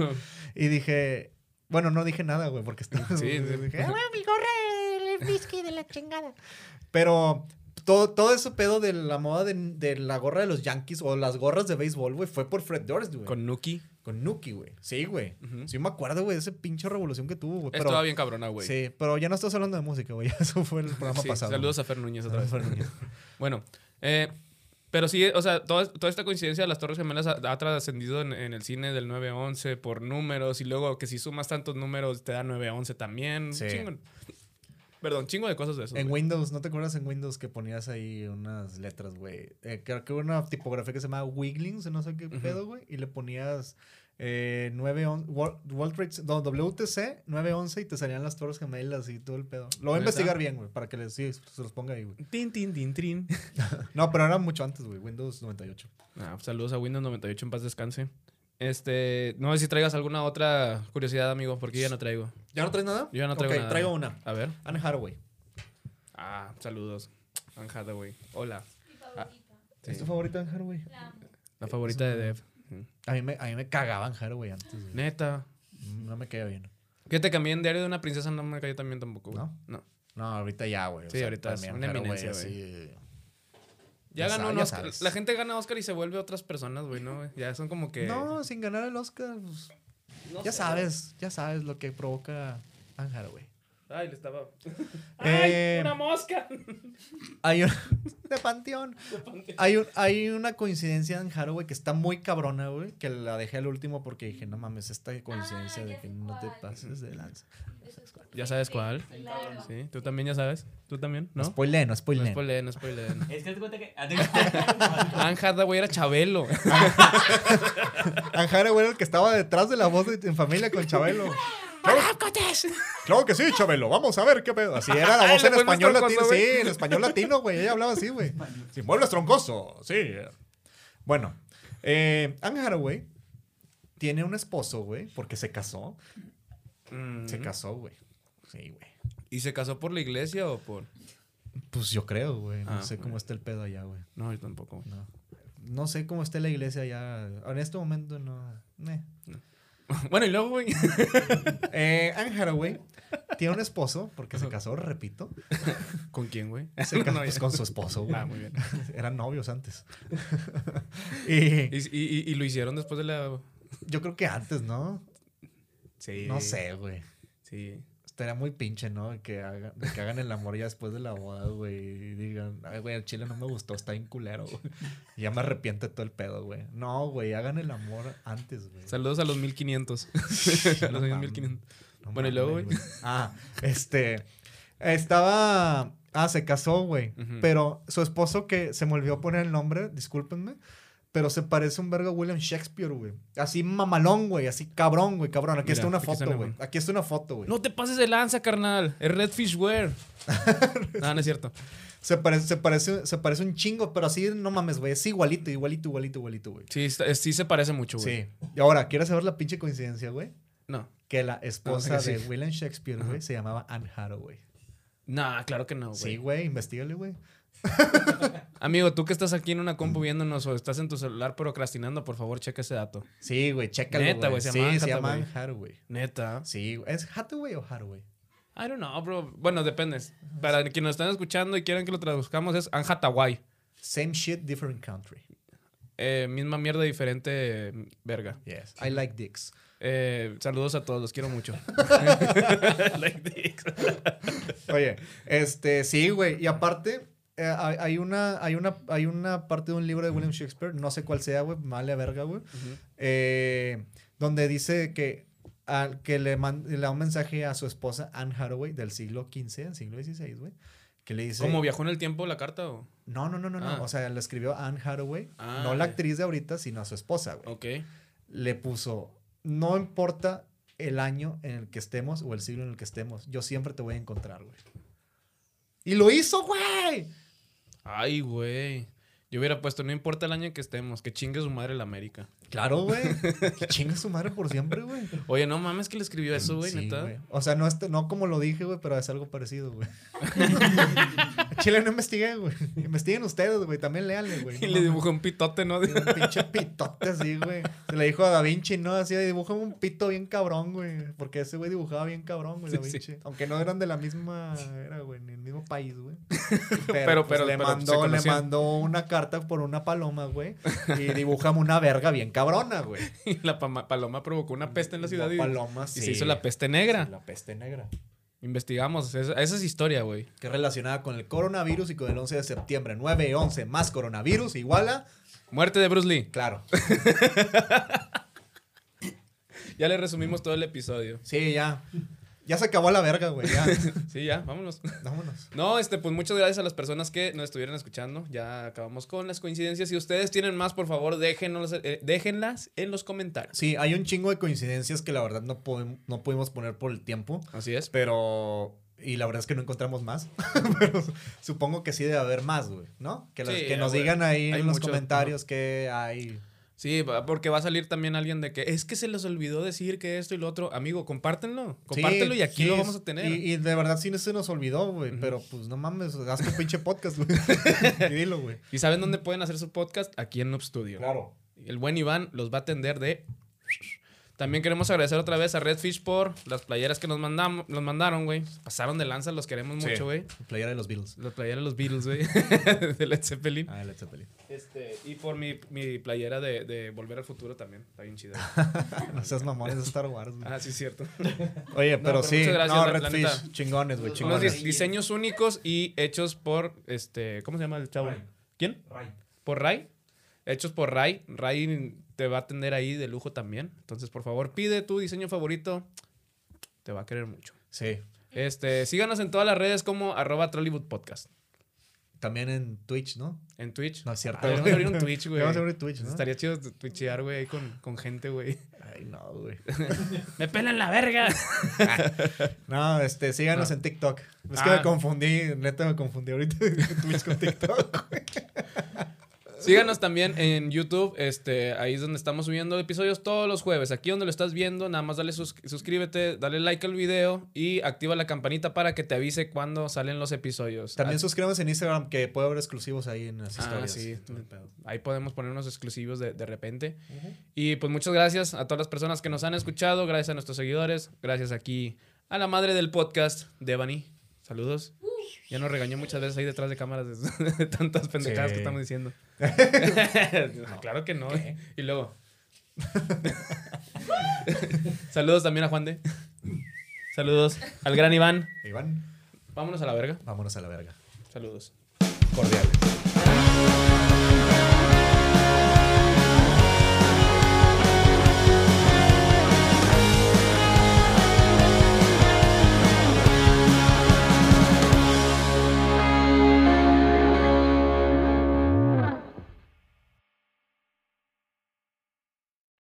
E: Y dije, bueno, no dije nada, güey, porque estaba
D: Sí, sí.
E: <laughs> dije, "Ah,
H: Ah, mi gorra, el whisky de la chingada.
E: Pero todo, todo ese pedo de la moda de, de la gorra de los Yankees o las gorras de béisbol, güey, fue por Fred Durst, güey. Con,
D: Con Nuki.
E: Nuki, güey. Sí, güey.
D: Ujú.
E: Sí, me acuerdo, güey, de esa pinche revolución que tuvo, güey.
D: Estaba bien cabrona, güey.
E: Sí, pero ya no estás hablando de música, güey. <laughs> Eso fue el programa
D: Sí,
E: pasado.
D: Saludos a Fer Núñez otra
E: Saludos
D: vez.
E: a <laughs> Fernando.
D: Bueno, eh, pero sí, o sea, toda, toda esta coincidencia de las Torres Gemelas ha, ha trascendido en, en el cine del 911 por números y luego que si sumas tantos números te da 911 también.
E: Sí.
D: Chingo- Perdón, chingo de cosas de eso.
E: En Windows, ¿no te acuerdas en Windows que ponías ahí unas letras, güey? Eh, creo que hubo una tipografía que se llamaba Wiglings, no sé qué pedo, güey. Y le ponías eh, 911, World, World Trade C- no, WTC 911 y te salían las torres gemelas y todo el pedo. Lo voy a
D: ¿Neta?
E: investigar bien, güey, para que les, sí, se los ponga ahí, güey.
D: Tin, tin, tin, trin.
E: No, pero era mucho antes, güey. Windows 98.
D: <laughs> Ah, saludos a Windows 98, en paz descanse. Este, no sé si traigas alguna otra curiosidad, amigo, porque yo ya no traigo.
E: ¿Ya no traes nada?
D: Yo ya no traigo
E: Ok,
D: nada.
E: traigo una.
D: A ver.
E: Anne Hathaway.
D: Ah, saludos. Anne Hathaway. Hola. Sí.
E: ¿Es tu favorita Anne Hathaway?
D: La favorita de Dev.
E: A mí me, a mí me cagaba Anne Hathaway antes, güey.
D: Neta.
E: No me caía bien.
D: Que te cambié en Diario de una Princesa, no me cayó también tampoco. güey.
E: ¿No?
D: No.
E: No, ahorita ya, güey.
D: Sí, ahorita
E: para
D: es
E: mí Anne
D: una
E: Hathaway
D: eminencia,
E: así-
D: Ya,
E: Ya
D: ganó
E: sabes,
D: un
E: ya
D: Oscar.
E: sabes.
D: La gente gana Oscar y se vuelve otras personas, güey, ¿no? güey? Ya son como que.
E: No, sin ganar el Oscar. pues, ya sabes, ya sabes lo que provoca Anne Hathaway.
D: Ay, le estaba.
E: Eh,
D: mosca!
H: <laughs>
E: hay un- de panteón. Hay, un- hay una coincidencia en Haraway que está muy cabrona, güey, que la dejé al último porque dije, no mames, esta coincidencia
H: Ah,
E: de
H: ya
E: que
H: sé
E: no te
H: cuál.
E: pases de lanza.
D: ¿Ya sabes cuál?
H: Claro.
D: Sí, tú también ya sabes. Tú también, ¿no?
E: No spoileen, no
D: No
E: spoileen.
D: spoileen, no spoileen.
G: Es que te cuenta que. haz de
D: <laughs>
G: cuenta-
D: Anne Hathaway era <laughs> Chabelo.
E: Anne Haraway era el que estaba detrás de la voz de En Familia con Chabelo. Claro que sí, Chabelo. Vamos a ver qué pedo. Así era
D: <laughs>
E: la
D: Ay,
E: voz
D: le
E: en
D: fue el
E: español
D: troncoso,
E: latino. Sí,
D: güey.
E: en español latino, güey. Ella hablaba así, güey. Sin vuelves troncoso. Sí. Bueno, eh, Anne Haraway tiene un esposo, güey, porque se casó.
D: Mm.
E: Se casó, güey. Sí, güey.
D: ¿Y se casó por la iglesia o por.?
E: Pues yo creo, güey. No
D: Ah,
E: sé cómo
D: bueno.
E: está el pedo allá, güey.
D: No, yo tampoco. güey.
E: No. No sé cómo está la iglesia allá. En este momento no. meh.
D: <laughs> Bueno, y luego, güey.
E: Eh, Anne Haraway tiene un esposo porque se casó, repito.
D: <laughs> ¿Con quién, güey? <laughs>
E: Se casó pues, con su esposo, güey.
D: Ah, muy bien.
E: Eran novios antes. <laughs> y
D: ¿Y, y, y- y lo hicieron después de la.
E: yo creo que antes, ¿no?
D: Sí.
E: No sé, güey.
D: Sí, Sí.
E: Estaría muy pinche, ¿no? Que hagan, que hagan el amor ya después de la boda, güey. Y digan, ay, güey, el chile no me gustó, está bien culero, güey. Y ya me arrepiento de todo el pedo, güey. No, güey, hagan el amor antes, güey.
D: Saludos a los 1500. <laughs> a
E: No
D: los
E: mames.
D: 1500.
E: No
D: Bueno, ¿y luego,
E: mames,
D: güey?
E: Ah, este. Estaba. Ah, se casó, güey.
D: Ujú.
E: Pero su esposo, que se me olvidó poner el nombre, discúlpenme. Pero se parece un verga a William Shakespeare, güey. Así mamalón, güey. Así cabrón, güey. Cabrón. Aquí
D: Mira,
E: está una
D: aquí está
E: foto,
D: la
E: güey.
D: foto.
E: Aquí está una foto, güey.
D: No te pases de lanza, carnal. Es Redfish <laughs> Wear. no, no es cierto.
E: Se, parece, se, parece, se parece un chingo, pero así, no mames, güey. Es igualito, igualito, igualito, igualito, güey.
D: Sí, está- sí se parece mucho, güey.
E: Sí. Y ahora, ¿quieres saber la pinche coincidencia, güey?
D: No.
E: Que la esposa
D: Ah, sí.
E: de William Shakespeare, güey, se llamaba Anne Hathaway.
D: No, claro que no, güey.
E: Sí, güey. Investígale, güey.
D: Amigo, tú que estás aquí en una compu viéndonos o estás en tu celular procrastinando, por favor, checa ese dato.
E: Sí, güey, chécalo,
D: Neta, güey,
E: güey.
D: se
E: Sí,
D: llama
E: se llama
D: Hathaway.
E: Anne Hathaway.
D: Neta.
E: Sí, güey. ¿es Hathaway o Hathaway?
D: I don't know, bro. Bueno, depende. Para quienes nos están escuchando y quieran que lo traduzcamos, es Anjatawai.
E: Same shit, different country.
D: Eh, misma mierda, diferente eh, verga.
E: Yes. I like dicks.
D: Eh, saludos a todos, los quiero
E: <laughs>
D: mucho. Like this.
E: Oye, este, sí, güey. Y aparte, eh, hay, hay una, hay, una, hay una parte de un libro de William Shakespeare, no sé cuál sea, güey, male a verga, güey, eh, donde dice que, al que le, man- le da un mensaje a su esposa Anne Hathaway del siglo XV, del siglo XVI, güey, que le dice...
D: ¿Cómo viajó en el tiempo la carta o?
E: No, no, no, no, no.
D: Ah.
E: O sea, le escribió a Anne Hathaway,
D: Ah,
E: no la
D: ya.
E: actriz de ahorita, sino a su esposa, güey.
D: Ok.
E: le puso, no importa el año en el que estemos o el siglo en el que estemos, yo siempre te voy a encontrar, güey. Y lo hizo, güey.
D: Ay, güey. Yo hubiera puesto, no importa el año en que estemos, que chingue su madre la América. <laughs>
E: Claro, güey. Que Chinga su madre por siempre, güey.
D: Oye, no mames que le escribió eso, güey,
E: Sí,
D: neta.
E: güey. O sea, no, este, no como lo dije, güey, pero es algo parecido, güey. Chile no investigué, güey. Investiguen ustedes, güey. También léanle,
D: <laughs>
E: güey.
D: Y le
E: No mames.
D: dibujó un pitote,
E: <laughs>
D: ¿no?
E: Y Un pinche pitote así, güey. Se le dijo a Da Vinci, ¿no? Así, dibuja un pito bien cabrón, güey. Porque ese güey dibujaba bien cabrón, güey, Da
D: Sí, sí.
E: Vinci. Aunque no eran de la misma era, güey, ni el mismo país, güey. Pero,
D: <laughs> Pero-
E: pues,
D: pero-
E: le,
D: pero se
E: mandó, le
D: conocían.
E: mandó una carta por una paloma, güey. Y dibujame una verga bien cabrona, güey.
D: Y la pama- paloma provocó una peste <laughs> en la ciudad y,
E: paloma,
D: y
E: sí.
D: se hizo la peste negra.
E: La peste negra.
D: Investigamos. Esa, esa es historia, güey.
E: Que es relacionada con el coronavirus y con el 11 de septiembre. 9 y 11 más coronavirus igual a...
D: Muerte de Bruce Lee.
E: Claro.
D: Ya le resumimos todo el episodio.
E: Sí, ya. Ya se acabó la verga, güey.
D: <laughs>
E: Ya.
D: Sí, ya, vámonos. <laughs>
E: Vámonos.
D: No, este, pues muchas gracias a las personas que nos estuvieron escuchando. Ya acabamos con las coincidencias. Si ustedes tienen más, por favor, déjenos, eh, déjenlas en los comentarios.
E: Sí, hay un chingo de coincidencias que la verdad no, podem- no pudimos poner por el tiempo,
D: Así es.
E: pero... Y la verdad es que no encontramos más, <laughs> pero supongo que sí debe haber más, güey, ¿no? Que, las-
D: Sí,
E: que nos
D: güey.
E: digan ahí
D: Hay
E: en los
D: muchos,
E: comentarios que hay...
D: Sí, va- porque va a salir también alguien de que es que se les olvidó decir que esto y lo otro. Amigo, compártenlo. Compártelo
E: Sí,
D: y aquí
E: sí,
D: lo vamos a tener.
E: Y, y de verdad sí se nos olvidó, güey,
D: Ujú.
E: pero pues no mames, haz tu pinche
D: <laughs>
E: podcast, güey. y dilo, güey.
D: ¿Y saben dónde pueden hacer su podcast? Aquí en Noob Studio.
E: Claro.
D: El buen Iván los va a atender de... También queremos agradecer otra vez a Redfish por las playeras que nos, mandam- nos mandaron, güey. Pasaron de lanza, los queremos
E: Sí.
D: mucho, güey.
E: Playera de los Beatles.
D: Las playeras de los Beatles, güey.
E: <laughs>
D: de Led Zeppelin.
E: Ah, Led Zeppelin.
D: Este, y por mi, mi playera de, de Volver al Futuro también. Está bien
E: <laughs>
D: chida.
E: No seas mamones de Star Wars, güey.
D: Ah, sí, es cierto.
E: Oye,
D: No,
E: pero,
D: pero
E: sí,
D: muchas gracias,
E: no,
D: la- la neta.
E: Redfish, chingones, güey,
D: Son unos
E: chingones.
D: dis- diseños únicos y hechos por, este, ¿cómo se llama el chavo? ¿Quién?
G: <laughs> Ray.
D: Por Ray. Hechos por Ray. Ray te va a atender ahí de lujo también. Entonces, por favor, pide tu diseño favorito. Te va a querer mucho.
E: Sí.
D: Este, síganos en todas las redes como arroba Trollywood Podcast.
E: También en Twitch, ¿no?
D: En Twitch.
E: No es cierto,
D: Vamos
E: güey.
D: a abrir un
E: <laughs>
D: Twitch, güey.
E: Vamos a abrir Twitch, ¿no?
D: Estaría chido tu- twitchear, güey, ahí con, con gente, güey.
E: Ay, no, güey.
D: <laughs> ¡Me pelan la verga!
E: <laughs> No, este, síganos
D: No.
E: en TikTok. Es que
D: Ah.
E: me confundí, neta me confundí ahorita <laughs> Twitch con
D: <laughs>
E: TikTok. güey.
D: Síganos también en YouTube, este, ahí es donde estamos subiendo episodios todos los jueves. Aquí donde lo estás viendo, nada más dale sus- suscríbete, dale like al video y activa la campanita para que te avise cuando salen los episodios.
E: También
D: Ah,
E: suscríbanse en Instagram que puede haber exclusivos ahí en las
D: Ah,
E: historias.
D: sí.
E: y todo el pedo.
D: ahí podemos poner unos exclusivos de, de repente. Y pues muchas gracias a todas las personas que nos han escuchado, gracias a nuestros seguidores, gracias aquí a la madre del podcast, Devani. Saludos. Ya nos regañó muchas veces ahí detrás de cámaras de, <laughs> de tantas pendejadas
E: Sí.
D: que estamos diciendo. claro que no. eh. Y <laughs> luego. Saludos también a Juan de. Saludos al gran Iván.
E: Iván,
D: Vámonos a la verga.
E: vámonos a la verga.
D: Saludos.
E: Cordiales.
D: Cordiales.